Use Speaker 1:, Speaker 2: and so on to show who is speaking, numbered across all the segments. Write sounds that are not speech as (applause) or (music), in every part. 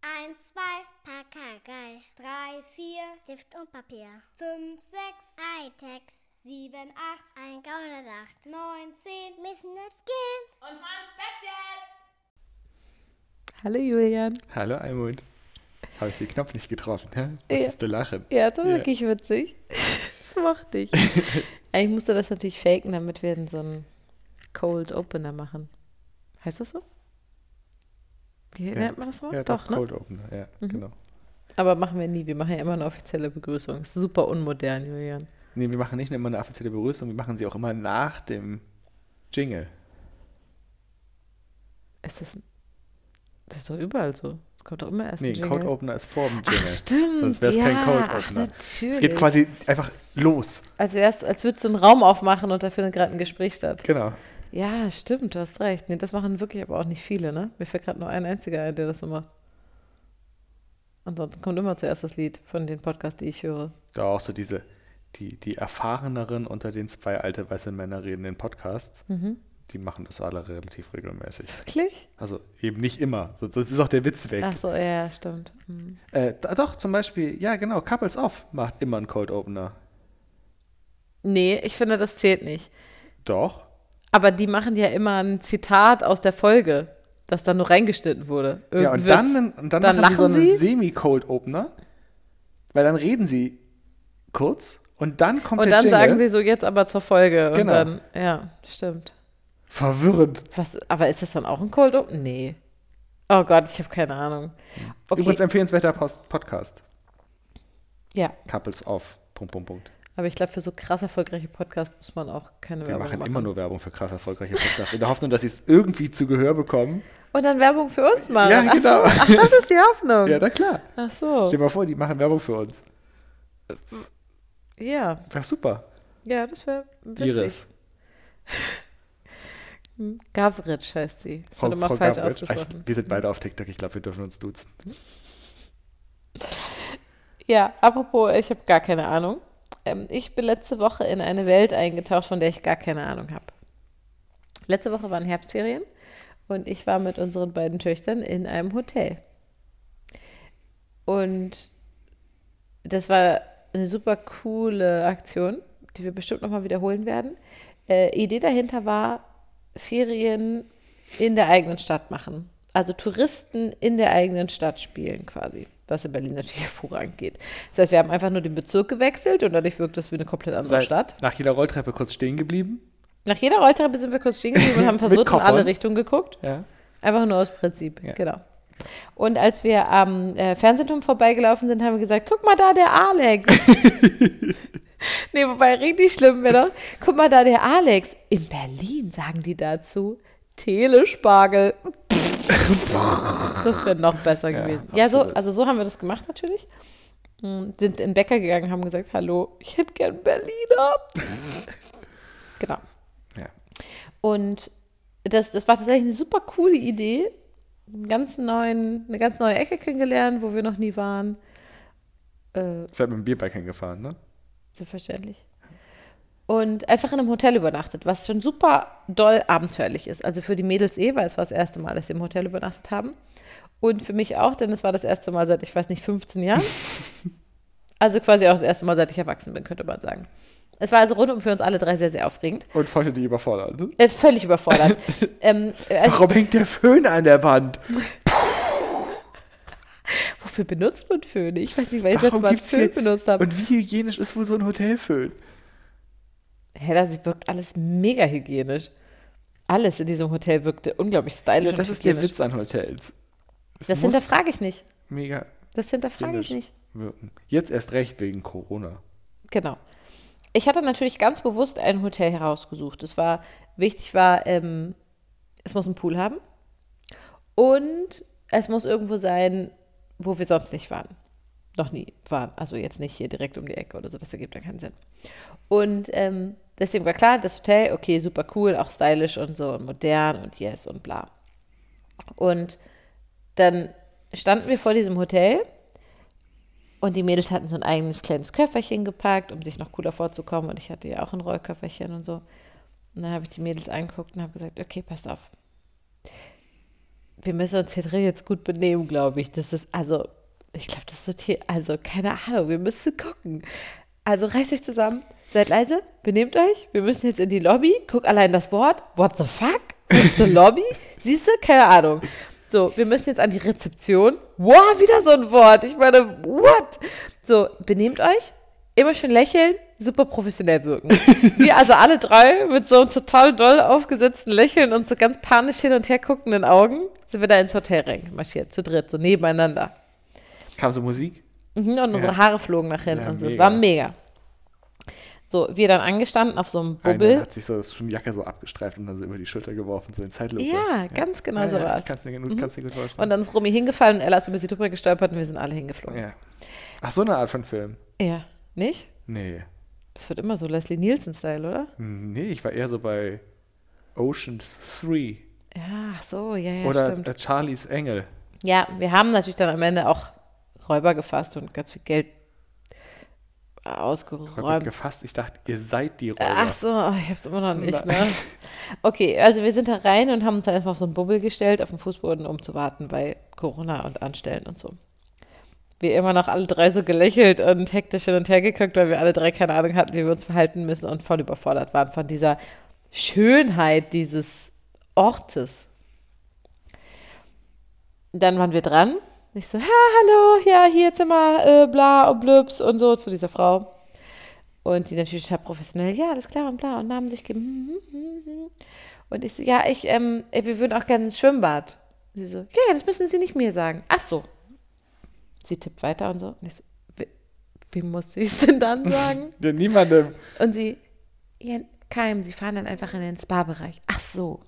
Speaker 1: 1, 2, Pakagei.
Speaker 2: 3, 4,
Speaker 1: Stift und Papier.
Speaker 2: 5, 6,
Speaker 1: Hightech.
Speaker 2: 7, 8,
Speaker 1: Ein Gauderdacht.
Speaker 2: 9, 10.
Speaker 1: Müssen jetzt gehen.
Speaker 3: Und zwar ins Bett jetzt!
Speaker 4: Hallo Julian.
Speaker 5: Hallo Almut. Habe ich den Knopf nicht getroffen, hä?
Speaker 4: Ja.
Speaker 5: Was ist der Lachen?
Speaker 4: Ja, das war
Speaker 5: Ja.
Speaker 4: wirklich (laughs) witzig. Das mochte
Speaker 5: (laughs)
Speaker 4: ich. ich musste das natürlich faken, damit wir so einen Cold Opener machen. Heißt das so? Wie nennt man das Wort?
Speaker 5: Ja,
Speaker 4: doch,
Speaker 5: doch,
Speaker 4: ne?
Speaker 5: Cold Opener, ja, genau.
Speaker 4: Aber machen wir nie. Wir machen ja immer eine offizielle Begrüßung. Ist super unmodern, Julian.
Speaker 5: Nee, wir machen nicht immer eine offizielle Begrüßung, wir machen sie auch immer nach dem Jingle.
Speaker 4: Ist das, das ist doch überall so. Es kommt doch immer erst
Speaker 5: Nee,
Speaker 4: ein
Speaker 5: ein
Speaker 4: Jingle.
Speaker 5: Cold Opener ist vor dem Jingle.
Speaker 4: Ach, stimmt.
Speaker 5: Sonst wäre es
Speaker 4: ja,
Speaker 5: kein Cold
Speaker 4: ach,
Speaker 5: Opener.
Speaker 4: natürlich.
Speaker 5: Es geht quasi einfach los.
Speaker 4: Als, wär's, als würdest du einen Raum aufmachen und da findet gerade ein Gespräch statt.
Speaker 5: Genau.
Speaker 4: Ja, stimmt, du hast recht. Nee, das machen wirklich aber auch nicht viele, ne? Mir fällt gerade nur ein einziger ein, der das so macht. Ansonsten kommt immer zuerst das Lied von den Podcasts, die ich höre.
Speaker 5: Da auch so diese, die, die erfahreneren unter den zwei alte weiße Männer redenden Podcasts,
Speaker 4: Mhm.
Speaker 5: die machen das alle relativ regelmäßig.
Speaker 4: Wirklich?
Speaker 5: Also eben nicht immer. So, Das ist auch der Witz weg.
Speaker 4: Ach so, ja, stimmt. Mhm.
Speaker 5: Äh, da- doch, zum Beispiel, ja genau, Couples Off macht immer einen Cold Opener.
Speaker 4: Nee, ich finde, das zählt nicht.
Speaker 5: Doch.
Speaker 4: Aber die machen ja immer ein Zitat aus der Folge, das dann nur reingeschnitten wurde.
Speaker 5: Ja,
Speaker 4: Irgendein
Speaker 5: und dann,
Speaker 4: Witz.
Speaker 5: und dann,
Speaker 4: Äh, Dann
Speaker 5: machen sie so
Speaker 4: lachen
Speaker 5: einen
Speaker 4: sie?
Speaker 5: Semi-Cold-Opener, weil dann reden sie kurz und dann kommt
Speaker 4: und
Speaker 5: der
Speaker 4: dann
Speaker 5: Jingle.
Speaker 4: sagen sie so jetzt aber zur Folge. Und
Speaker 5: Genau.
Speaker 4: dann, ja, stimmt.
Speaker 5: Verwirrend.
Speaker 4: Was, aber ist das dann auch ein Cold Open? Nee. Oh Gott, ich habe keine Ahnung.
Speaker 5: Übrigens empfehlenswerter Post Podcast.
Speaker 4: ja.
Speaker 5: Couples Off. Punkt, Punkt, Punkt.
Speaker 4: Aber ich glaube, für so krass erfolgreiche Podcasts muss man auch keine
Speaker 5: Wir
Speaker 4: Werbung
Speaker 5: machen
Speaker 4: machen.
Speaker 5: immer nur Werbung für krass erfolgreiche Podcasts in der Hoffnung, dass sie es irgendwie zu Gehör bekommen.
Speaker 4: Und dann Werbung für uns machen.
Speaker 5: Ja, genau.
Speaker 4: Ach, so. Ach, das ist die Hoffnung.
Speaker 5: (laughs) Ja, na klar.
Speaker 4: Ach so.
Speaker 5: Stell dir mal vor, die machen Werbung für uns.
Speaker 4: Ja,
Speaker 5: Wäre super.
Speaker 4: ja, das wäre witzig.
Speaker 5: Iris.
Speaker 4: Gavritsch heißt sie. Das wurde mal falsch
Speaker 5: Gabritsch. Ah,
Speaker 4: ausgesprochen. Mhm.
Speaker 5: ich- Wir sind beide auf TikTok. Ich glaube, wir dürfen uns duzen.
Speaker 4: Ja, apropos, ich habe gar keine Ahnung. Ähm, ich bin letzte Woche in eine Welt eingetaucht, von der ich gar keine Ahnung habe. Letzte Woche waren Herbstferien und ich war mit unseren beiden Töchtern in einem Hotel. Und das war eine super coole Aktion, die wir bestimmt nochmal wiederholen werden. Äh, Idee dahinter war, Ferien in der eigenen Stadt machen. Also Touristen in der eigenen Stadt spielen quasi. Was in Berlin natürlich (laughs) hervorragend geht. Das heißt, wir haben einfach nur den Bezirk gewechselt und dadurch wirkt das wie eine komplett andere
Speaker 5: Seid
Speaker 4: Stadt.
Speaker 5: Nach jeder Rolltreppe kurz stehen geblieben.
Speaker 4: Nach jeder Rolltreppe sind wir kurz stehen geblieben und haben
Speaker 5: (laughs) Mit
Speaker 4: verwirrt in
Speaker 5: Koffern.
Speaker 4: alle Richtungen geguckt.
Speaker 5: Ja.
Speaker 4: Einfach nur aus Prinzip,
Speaker 5: Ja.
Speaker 4: genau. Und als wir am äh, Fernsehturm vorbeigelaufen sind, haben wir gesagt, guck mal da, der
Speaker 5: (laughs)
Speaker 4: Alex. nee, wobei richtig schlimm wäre doch. Guck mal da, der Alex. In Berlin sagen die dazu Telespargel. das wäre noch besser
Speaker 5: Ja,
Speaker 4: gewesen. Ja, so,
Speaker 5: absolut.
Speaker 4: also so haben wir das gemacht natürlich. Mm, Sind in den Bäcker gegangen, haben gesagt, hallo, ich hätte gern
Speaker 5: (laughs)
Speaker 4: Berliner. genau.
Speaker 5: Ja.
Speaker 4: Und das, das war tatsächlich eine super coole Idee. Einen ganz neuen, eine ganz neue Ecke kennengelernt, wo wir noch nie waren. Äh,
Speaker 5: Seid mit dem Bierbike hingefahren, ne?
Speaker 4: selbstverständlich. Und einfach in einem Hotel übernachtet, was schon super doll abenteuerlich ist. Also für die Mädels eh, weil es war das erste Mal, dass sie im Hotel übernachtet haben. Und für mich auch, denn es war das erste Mal seit, ich weiß nicht, 15 Jahren. Also quasi auch das erste Mal, seit ich erwachsen bin, könnte man sagen. Es war also rundum für uns alle drei sehr, sehr aufregend.
Speaker 5: Und Freunde, die überfordert. Ne?
Speaker 4: Äh, völlig überfordert. ähm, also
Speaker 5: Warum hängt der Föhn an der Wand?
Speaker 4: Wofür benutzt man Föhne? Ich weiß nicht, weil ich das letzte
Speaker 5: Warum
Speaker 4: Mal
Speaker 5: gibt's
Speaker 4: Föhn
Speaker 5: hier,
Speaker 4: benutzt habe.
Speaker 5: Und wie hygienisch ist wohl so ein Hotelföhn?
Speaker 4: Hä, das wirkt alles mega hygienisch. Alles in diesem Hotel wirkte unglaublich stylisch.
Speaker 5: Ja,
Speaker 4: und
Speaker 5: das ist der
Speaker 4: hygienisch.
Speaker 5: Witz an Hotels. Es
Speaker 4: Das
Speaker 5: muss
Speaker 4: hinterfrage ich nicht.
Speaker 5: mega
Speaker 4: Das hinterfrage ich
Speaker 5: hygienisch
Speaker 4: nicht.
Speaker 5: wirken. Jetzt erst recht wegen Corona.
Speaker 4: Genau. Ich hatte natürlich ganz bewusst ein Hotel herausgesucht. Es war wichtig war, ähm, es muss einen Pool haben und es muss irgendwo sein, wo wir sonst nicht waren. Noch nie waren. Also jetzt nicht hier direkt um die Ecke oder so, das ergibt ja keinen Sinn. Und ähm, deswegen war klar, das Hotel, okay, super cool, auch stylisch und so und modern und yes und bla. Und dann standen wir vor diesem Hotel und die Mädels hatten so ein eigenes kleines Köfferchen gepackt, um sich noch cooler vorzukommen. Und ich hatte ja auch ein Rollköfferchen und so. Und dann habe ich die Mädels angeguckt und habe gesagt, okay, passt auf. wir müssen uns hier drin jetzt gut benehmen, glaube ich. Das ist, also, ich glaube, das ist so tier, also, keine Ahnung, wir müssen gucken. Also, reißt euch zusammen, seid leise, benehmt euch, wir müssen jetzt in die Lobby, guck allein das Wort, what the fuck, What's the Lobby, siehst du, keine Ahnung. So, wir müssen jetzt an die Rezeption, wow, wieder so ein Wort, ich meine, what? So, benehmt euch, immer schön lächeln, super professionell wirken. (laughs) Wir also alle drei mit so einem total doll aufgesetzten Lächeln und so ganz panisch hin und her guckenden Augen sind wir da ins Hotelring marschiert, zu dritt, so nebeneinander.
Speaker 5: Kam so Musik?
Speaker 4: Mhm, Und unsere
Speaker 5: Ja.
Speaker 4: Haare flogen nach hinten
Speaker 5: Ja,
Speaker 4: und so. es
Speaker 5: mega.
Speaker 4: war mega. So, wir dann angestanden auf so einem Bubbel.
Speaker 5: Einer hat sich so das schon die Jacke so abgestreift und dann so über die Schulter geworfen, so in Zeitlupe.
Speaker 4: Ja, ganz genau so war's.
Speaker 5: Ich kann's dir, gut- kann's dir gut vorstellen.
Speaker 4: Und dann ist Romy hingefallen und Ella ist über sie drüber gestolpert und wir sind alle hingeflogen.
Speaker 5: ja. Ach, so eine Art von Film.
Speaker 4: Ja. Nicht?
Speaker 5: Nee. Hm,
Speaker 4: Das wird immer so Leslie Nielsen-Style, oder?
Speaker 5: Nee, ich war eher so bei Oceans 3
Speaker 4: Ja, ach so, ja, ja,
Speaker 5: oder
Speaker 4: stimmt.
Speaker 5: äh, Charlies Engel.
Speaker 4: Ja, wir haben natürlich dann am Ende auch Räuber gefasst und ganz viel Geld
Speaker 5: Ich hab
Speaker 4: ausgeräumt.
Speaker 5: gefasst, ich dachte, ihr seid die Räuber.
Speaker 4: Ach so, oh, ich hab's immer noch nicht, ne?
Speaker 5: Na.
Speaker 4: Okay, also wir sind da rein und haben uns dann erstmal auf so einen Bubbel gestellt, auf den Fußboden, um zu warten bei Corona und Anstellen und so. Wir immer noch alle drei so gelächelt und hektisch hin und her geguckt, weil wir alle drei keine Ahnung hatten, wie wir uns verhalten müssen und voll überfordert waren von dieser Schönheit dieses Ortes. Dann waren wir dran. Ich so, ha, hallo, ja, hier Zimmer, äh, bla, und blübs und so zu dieser Frau. Und die natürlich total professionell, ja, alles klar und bla und namentlich geben. hm, hm, hm, hm. Und ich so, ja, ich, ähm, ey, wir würden auch gerne ins Schwimmbad. Und sie so, ja, ja, das müssen Sie nicht mir sagen. Ach so. Sie tippt weiter und so. Und ich so, wie, wie muss sie es denn dann sagen?
Speaker 5: Ja, niemandem.
Speaker 4: und sie, ja, Keim, Sie fahren dann einfach in den Spa-Bereich. Ach so.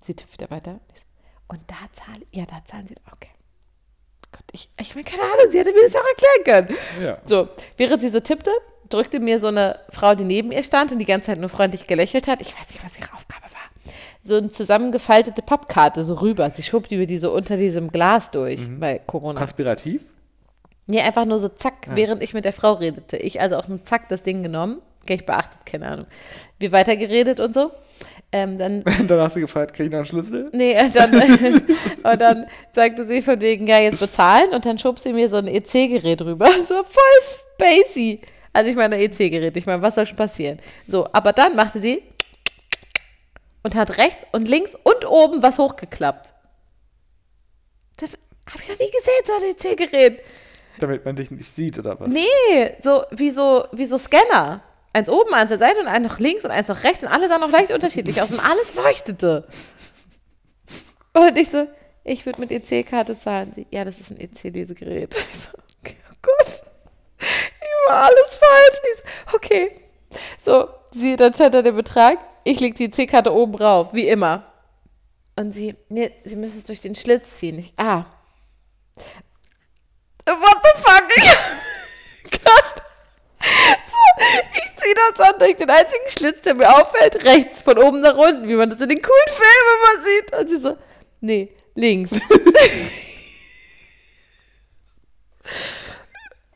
Speaker 4: Sie tippt wieder weiter. Und ich so, Und da zahlen, ja, da zahlen Sie, okay. Gott, ich, ich meine, keine Ahnung, sie hätte mir das auch erklären können.
Speaker 5: Ja.
Speaker 4: So, während sie so tippte, drückte mir so eine Frau, die neben ihr stand und die ganze Zeit nur freundlich gelächelt hat, ich weiß nicht, was ihre Aufgabe war, so eine zusammengefaltete Pappkarte so rüber. Sie schob die mir die so unter diesem Glas durch bei Corona.
Speaker 5: Konspirativ?
Speaker 4: Nee, einfach nur so zack, während ich mit der Frau redete. Ich also auch nur zack das Ding genommen. Okay, ich beachtet, keine Ahnung. Wir weitergeredet und so. Ähm, dann
Speaker 5: Und dann hast du gefragt, krieg ich noch einen Schlüssel?
Speaker 4: Nee, und dann, (laughs) und dann sagte sie von wegen, ja, jetzt bezahlen. Und dann schob sie mir so ein EC-Gerät rüber. (laughs) So voll spacey. Also ich meine, EC-Gerät. Ich meine, was soll schon passieren? So, aber dann machte sie und hat rechts und links und oben was hochgeklappt. Das habe ich noch nie gesehen, so ein E EC-Gerät.
Speaker 5: Damit man dich nicht sieht, oder was?
Speaker 4: Nee, so wie so, wie so Scanner. Eins oben, eins zur Seite und eins nach links und eins nach rechts und alles sah noch leicht unterschiedlich aus und alles leuchtete. Und ich so, ich würde mit EC-Karte zahlen. Sie, ja, das ist ein EC-Lesegerät. (laughs) Ich so, okay, oh Gott. Ich war alles falsch. Ich so, okay. So, sie, dann stand da der Betrag. Ich leg die EC-Karte oben rauf, wie immer. Und sie, nee, sie müssen es durch den Schlitz ziehen. Ich, ah. What the fuck? Ich, Gott. So, ich zieh das an durch den einzigen Schlitz, der mir auffällt, rechts, von oben nach unten, wie man das in den coolen Filmen immer sieht. Und sie so, nee, links.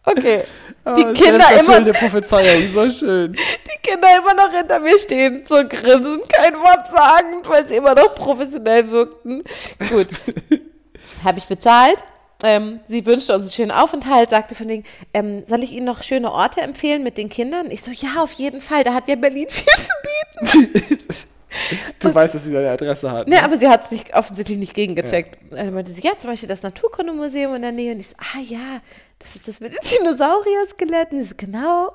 Speaker 4: okay. Die
Speaker 5: Oh,
Speaker 4: Kinder immer-
Speaker 5: selbsterfüllende Prophezeiung, so schön.
Speaker 4: die Kinder immer noch hinter mir stehen, so grinsen, kein Wort sagend, weil sie immer noch professionell wirkten. (laughs) Gut. Habe ich bezahlt. Ähm, sie wünschte uns einen schönen Aufenthalt, sagte von wegen, ähm, soll ich Ihnen noch schöne Orte empfehlen mit den Kindern? Ich so, ja, auf jeden Fall, da hat ja Berlin (laughs) viel zu bieten.
Speaker 5: Du weißt, dass sie deine Adresse hat.
Speaker 4: Ne, aber sie hat es nicht, offensichtlich nicht gegengecheckt. Dann meinte sie, ja, zum Beispiel das Naturkundemuseum in der Nähe. Und ich so, ah ja, das ist das mit den Dinosaurier-Skeletten. Ich so, (laughs) genau.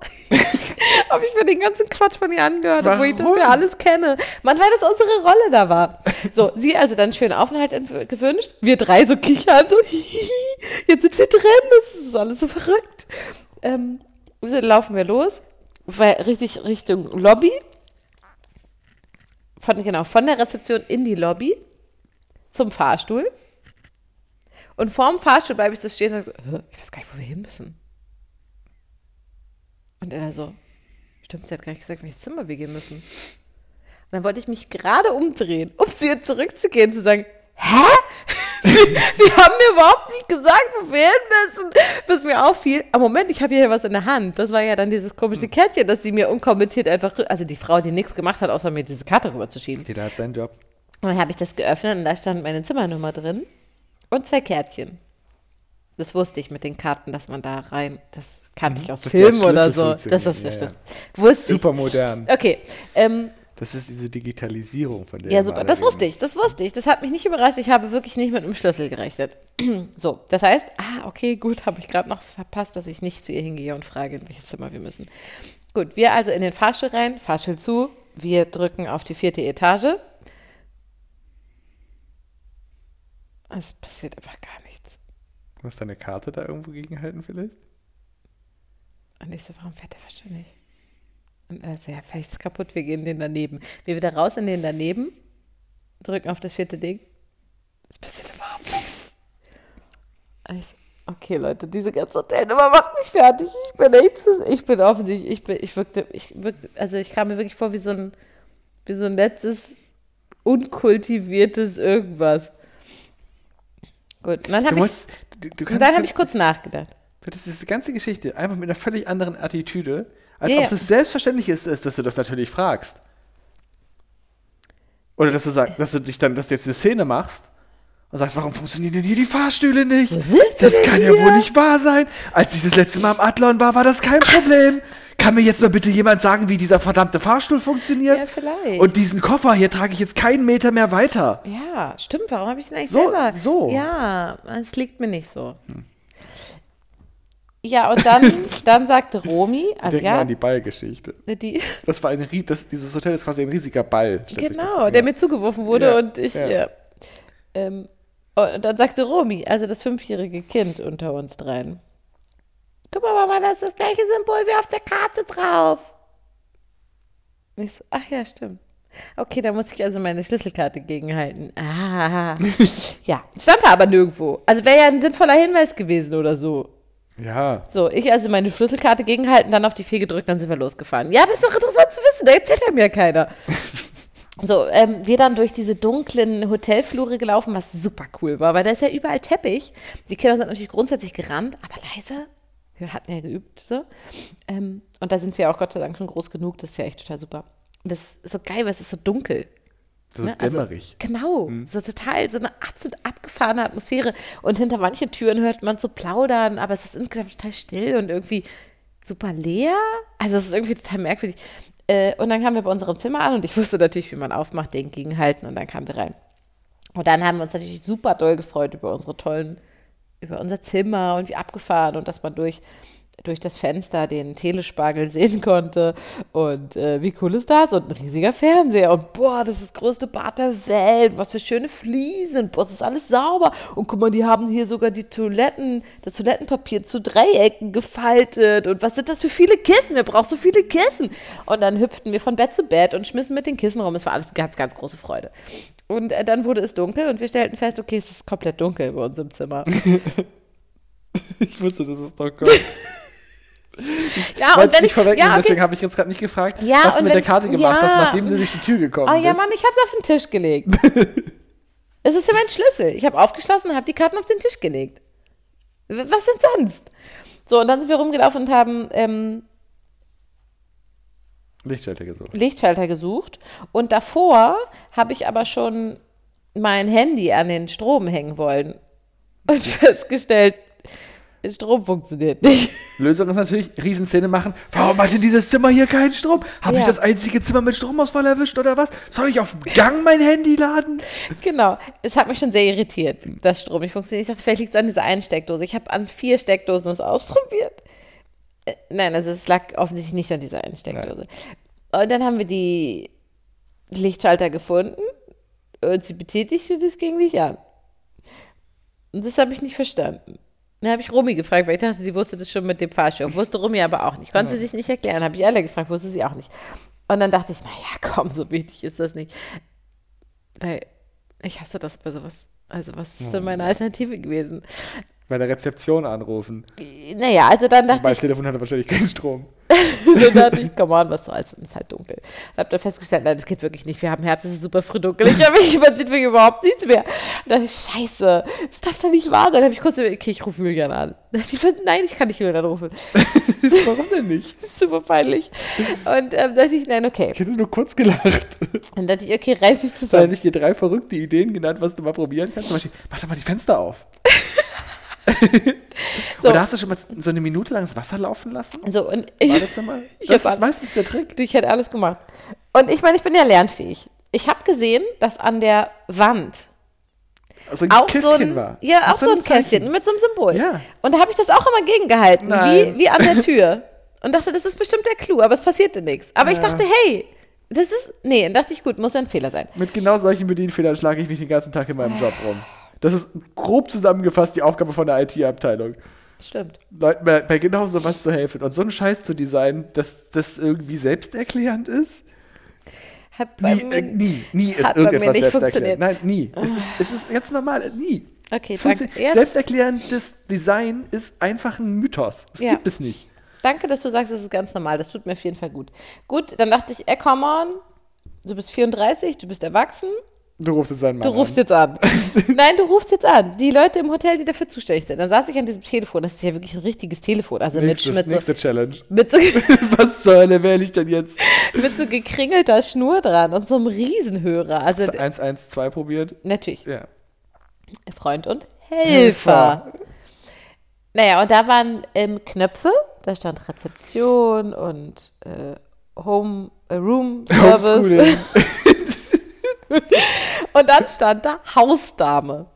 Speaker 4: Habe ich mir den ganzen Quatsch von ihr angehört, obwohl ich das
Speaker 5: Warum?
Speaker 4: ja alles kenne. Mann, weil das unsere Rolle da war. So, sie also dann schönen Aufenthalt entw- gewünscht. Wir drei so kichern, so, (laughs) hihihi, jetzt sind wir drin, das ist alles so verrückt. Ähm, so laufen wir los, weil richtig Richtung Lobby von, genau, von der Rezeption in die Lobby zum Fahrstuhl. Und vorm Fahrstuhl bleibe ich so stehen und sage so, "Hä, ich weiß gar nicht, wo wir hin müssen. Und er so, stimmt, sie hat gar nicht gesagt, welches Zimmer wir gehen müssen. Und dann wollte ich mich gerade umdrehen, um zu ihr zurückzugehen, zu sagen, hä? (laughs) sie, sie haben mir überhaupt nicht gesagt, wo wir hin müssen, bis mir auffiel, am Moment, ich habe hier was in der Hand. Das war ja dann dieses komische Kärtchen, das sie mir unkommentiert einfach, rü- also die Frau, die nichts gemacht hat, außer mir diese Karte rüberzuschieben.
Speaker 5: Jeder hat seinen Job.
Speaker 4: Und dann habe ich das geöffnet und da stand meine Zimmernummer drin und zwei Kärtchen. Das wusste ich mit den Karten, dass man da rein, das kannte ich aus
Speaker 5: Dass die als
Speaker 4: Filmen oder so.
Speaker 5: Schlüssel
Speaker 4: Das ist
Speaker 5: funktionieren,
Speaker 4: nicht
Speaker 5: ja,
Speaker 4: das. Wusste
Speaker 5: Super modern.
Speaker 4: ich. Okay, ähm,
Speaker 5: Das ist diese Digitalisierung von der.
Speaker 4: ja,
Speaker 5: wir
Speaker 4: super.
Speaker 5: alle
Speaker 4: Das wusste
Speaker 5: reden.
Speaker 4: ich, das wusste ich. Das hat mich nicht überrascht. Ich habe wirklich nicht mit einem Schlüssel gerechnet. (clears throat) So, das heißt, ah, okay, gut, habe ich gerade noch verpasst, dass ich nicht zu ihr hingehe und frage, in welches Zimmer wir müssen. Gut, wir also in den Fahrstuhl rein, Fahrstuhl zu. Wir drücken auf die vierte Etage. Es passiert einfach gar nichts.
Speaker 5: Muss deine Karte da irgendwo gegenhalten vielleicht?
Speaker 4: Und ich so, warum fährt der Fahrstuhl nicht? Und er so, ja, vielleicht ist es kaputt, wir gehen in den daneben. Wir wieder raus in den daneben, drücken auf das vierte Ding. Es passiert überhaupt nichts. Und ich so, okay, Leute, diese ganze Hotelnummer macht mich fertig. Ich bin nichts. Ich bin offensichtlich, ich bin, ich wirkte, ich wirkte, also ich kam mir wirklich vor wie so ein, wie so ein letztes, unkultiviertes irgendwas. Gut, und dann habe
Speaker 5: du
Speaker 4: ich,
Speaker 5: musst, du, du
Speaker 4: und
Speaker 5: kannst
Speaker 4: dann habe ich kurz nachgedacht.
Speaker 5: Das ist die ganze Geschichte, einfach mit einer völlig anderen Attitüde, als
Speaker 4: Ja,
Speaker 5: ob
Speaker 4: ja.
Speaker 5: es selbstverständlich ist, ist, dass du das natürlich fragst. Oder dass du sagst, dass du dich dann, dass du jetzt eine Szene machst und sagst, warum funktionieren denn hier die Fahrstühle nicht?
Speaker 4: sind die
Speaker 5: Das
Speaker 4: denn
Speaker 5: kann ja
Speaker 4: hier?
Speaker 5: wohl nicht wahr sein. Als ich das letzte Mal am Adlon war, war das kein Problem. Kann mir jetzt mal bitte jemand sagen, wie dieser verdammte Fahrstuhl funktioniert?
Speaker 4: Ja, vielleicht.
Speaker 5: Und diesen Koffer hier trage ich jetzt keinen Meter mehr weiter.
Speaker 4: Ja, stimmt. Warum habe ich den eigentlich
Speaker 5: So-
Speaker 4: selber?
Speaker 5: so. Hm.
Speaker 4: Ja, es liegt mir nicht so. Ja, und
Speaker 5: (laughs)
Speaker 4: dann, dann sagte Romi, also
Speaker 5: Denk mal
Speaker 4: ja,
Speaker 5: an die Ballgeschichte.
Speaker 4: die,
Speaker 5: Das war ein, rie- das, dieses Hotel ist quasi ein riesiger Ball. stellt euch das
Speaker 4: genau,
Speaker 5: vor, ja.
Speaker 4: der mir zugeworfen wurde
Speaker 5: Ja,
Speaker 4: und ich,
Speaker 5: ja.
Speaker 4: ja. Ähm, und dann sagte Romi, also das fünfjährige Kind unter uns dreien. Guck mal, Mama, das ist das gleiche Symbol wie auf der Karte drauf. Und ich so, ach ja, stimmt. Okay, da muss ich also meine Schlüsselkarte gegenhalten.
Speaker 5: (laughs)
Speaker 4: Ah. ja, stand da aber nirgendwo. Also wäre ja ein sinnvoller Hinweis gewesen oder so.
Speaker 5: Ja,
Speaker 4: So, ich also meine Schlüsselkarte gegenhalten, dann auf die 4 gedrückt, dann sind wir losgefahren. Ja, aber ist doch interessant zu wissen, da erzählt einem ja keiner. So, ähm, wir dann durch diese dunklen Hotelflure gelaufen, was super cool war, weil da ist ja überall Teppich. Die Kinder sind natürlich grundsätzlich gerannt, aber leise. Wir hatten ja geübt. So. Ähm, und da sind sie ja auch Gott sei Dank schon groß genug, das ist ja echt total super. Und das ist so geil, weil es ist so dunkel.
Speaker 5: so
Speaker 4: Ne? Also,
Speaker 5: dämmerig. Mhm.
Speaker 4: genau, so total, so eine absolut abgefahrene Atmosphäre. Und hinter manchen Türen hört man so plaudern, aber es ist insgesamt total still und irgendwie super leer. Also es ist irgendwie total merkwürdig. Äh, und dann kamen wir bei unserem Zimmer an und ich wusste natürlich, wie man aufmacht, den gegenhalten und dann kamen wir rein. Und dann haben wir uns natürlich super doll gefreut über unsere tollen, über unser Zimmer und wie abgefahren und dass man durch, durch das Fenster den Telespargel (laughs) sehen konnte. Und äh, wie cool ist das? Und ein riesiger Fernseher. Und boah, das ist das größte Bad der Welt. Was für schöne Fliesen. Boah, es ist alles sauber. Und guck mal, die haben hier sogar die Toiletten, das Toilettenpapier zu Dreiecken gefaltet. Und was sind das für viele Kissen? Wir brauchen so viele Kissen. Und dann hüpften wir von Bett zu Bett und schmissen mit den Kissen rum. Es war alles ganz, ganz große Freude. Und äh, dann wurde es dunkel und wir stellten fest, okay, es ist komplett dunkel bei uns im Zimmer.
Speaker 5: (laughs) Ich wusste, dass es doch kommt. Ich
Speaker 4: (laughs) Ja,
Speaker 5: wollte
Speaker 4: und
Speaker 5: es
Speaker 4: wenn
Speaker 5: nicht
Speaker 4: ich
Speaker 5: vorwegnehmen,
Speaker 4: ja, okay.
Speaker 5: deswegen habe ich jetzt gerade nicht gefragt,
Speaker 4: Ja,
Speaker 5: was du
Speaker 4: und
Speaker 5: mit
Speaker 4: wenn
Speaker 5: der Karte
Speaker 4: ich-
Speaker 5: gemacht hast,
Speaker 4: ja.
Speaker 5: nachdem du durch die Tür gekommen
Speaker 4: Oh ja,
Speaker 5: bist.
Speaker 4: Mann, ich habe es auf den Tisch (laughs) gelegt. es ist ja mein Schlüssel. Ich habe aufgeschlossen und habe die Karten auf den Tisch gelegt. W- Was denn sonst? So, und dann sind wir rumgelaufen und haben ähm,
Speaker 5: Lichtschalter gesucht.
Speaker 4: Lichtschalter gesucht. Und davor habe ich aber schon mein Handy an den Strom hängen wollen und (laughs) festgestellt, der Strom funktioniert nicht.
Speaker 5: Lösung ist natürlich, Riesenszene machen. Warum hat denn dieses Zimmer hier keinen Strom? Habe ich
Speaker 4: Ja.
Speaker 5: das einzige Zimmer mit Stromausfall erwischt oder was? Soll ich auf dem Gang mein Handy laden?
Speaker 4: Genau, es hat mich schon sehr irritiert, dass Strom nicht funktioniert. Ich dachte, vielleicht liegt es an dieser einen Steckdose. Ich habe an vier Steckdosen es ausprobiert. Äh, nein, also es lag offensichtlich nicht an dieser einen Steckdose. Und dann haben wir die Lichtschalter gefunden und sie betätigte, und das ging nicht an. Und das habe ich nicht verstanden. Dann habe ich Romy gefragt, weil ich dachte, sie wusste das schon mit dem Fahrschirm. Wusste Romy aber auch nicht. Konnte sie sich nicht erklären. Habe ich alle gefragt, wusste sie auch nicht. Und dann dachte ich, naja, komm, so wichtig ist das nicht. Weil ich hasse das bei sowas. Also, was ist denn meine Alternative gewesen?
Speaker 5: Bei der Rezeption anrufen.
Speaker 4: Naja, also dann dachte
Speaker 5: Weil
Speaker 4: ich,
Speaker 5: das Telefon hatte wahrscheinlich keinen Strom. (laughs)
Speaker 4: dann dachte ich, come on, was soll's, und es ist halt dunkel. Und hab dann festgestellt, nein, das geht wirklich nicht, wir haben Herbst, es ist super früh dunkel, ich hab, mich- man sieht wirklich überhaupt nichts mehr. Und dachte ich, scheiße, das darf doch nicht wahr sein. Dann hab ich kurz überlegt, okay, ich rufe Julian an. (laughs) Dann dachte ich, nein, ich kann nicht Julian anrufen,
Speaker 5: Warum denn nicht?
Speaker 4: das ist super peinlich. Und ähm, dachte ich, nein, okay.
Speaker 5: Ich hätte nur kurz gelacht.
Speaker 4: Dann dachte ich, okay, reiß dich
Speaker 5: Hast du
Speaker 4: zusammen.
Speaker 5: nicht dir drei verrückte Ideen genannt, was du mal probieren kannst? Zum Beispiel, mach doch mal die Fenster auf.
Speaker 4: (laughs) So.
Speaker 5: Oder hast du schon mal so eine Minute lang das Wasser laufen lassen?
Speaker 4: So, und ich, (laughs)
Speaker 5: Badezimmer?
Speaker 4: Ich
Speaker 5: Das
Speaker 4: hab
Speaker 5: ist
Speaker 4: an-
Speaker 5: meistens der Trick.
Speaker 4: ich hätte alles gemacht. Und ich meine, ich bin ja lernfähig. Ich habe gesehen, dass an der Wand
Speaker 5: So ein
Speaker 4: auch
Speaker 5: Kästchen
Speaker 4: so ein,
Speaker 5: war.
Speaker 4: ja,
Speaker 5: Mit
Speaker 4: auch so ein
Speaker 5: einem Zeichen.
Speaker 4: Kästchen mit so einem Symbol.
Speaker 5: Ja.
Speaker 4: Und da habe ich das auch immer gegengehalten,
Speaker 5: Nein.
Speaker 4: wie, wie an
Speaker 5: (laughs)
Speaker 4: der Tür. Und dachte, das ist bestimmt der Clou, aber es passierte nichts. Aber ich
Speaker 5: Ja.
Speaker 4: dachte, hey, das ist, nee, dann dachte ich, gut, muss ein Fehler sein.
Speaker 5: Mit genau solchen Bedienfehlern schlage ich mich den ganzen Tag in meinem Job rum. Das ist grob zusammengefasst die Aufgabe von der IT-Abteilung.
Speaker 4: Stimmt.
Speaker 5: Leuten bei, bei genau sowas zu helfen und so einen Scheiß zu designen, dass das irgendwie selbsterklärend ist.
Speaker 4: Hat bei
Speaker 5: Nie, äh,
Speaker 4: mir-
Speaker 5: nie, nie ist
Speaker 4: hat bei mir
Speaker 5: irgendetwas
Speaker 4: nicht
Speaker 5: selbsterklärend.
Speaker 4: funktioniert. Ah.
Speaker 5: Nein, nie. Es ist, es ist jetzt normal, äh, nie.
Speaker 4: Okay,
Speaker 5: Es funktioniert-
Speaker 4: danke. Ja, es-
Speaker 5: Selbsterklärendes Design ist einfach ein Mythos. Es
Speaker 4: Ja.
Speaker 5: gibt es nicht.
Speaker 4: Danke, dass du sagst, es ist ganz normal. Das tut mir auf jeden Fall gut. Gut, dann dachte ich, ey, come on, du bist 34, du bist erwachsen,
Speaker 5: Du rufst jetzt seinen Mann
Speaker 4: du rufst
Speaker 5: an.
Speaker 4: jetzt
Speaker 5: (laughs)
Speaker 4: an. Nein, du rufst jetzt an. Die Leute im Hotel, die dafür zuständig sind. Dann saß ich an diesem Telefon. Das ist ja wirklich ein richtiges Telefon. Also mit,
Speaker 5: Nächstes,
Speaker 4: mit, so,
Speaker 5: nächste Challenge. (laughs)
Speaker 4: mit, so, (laughs)
Speaker 5: Was zur Hölle wähle ich denn jetzt?
Speaker 4: mit so gekringelter Schnur dran und so einem Riesenhörer. Also
Speaker 5: Hast du 112 probiert?
Speaker 4: natürlich
Speaker 5: Ja.
Speaker 4: Freund und Helfer. Naja, und da waren ähm, Knöpfe. Da stand Rezeption und äh, Home, äh, Room Service.
Speaker 5: (laughs) Homeschooling.
Speaker 4: Und dann stand da Hausdame.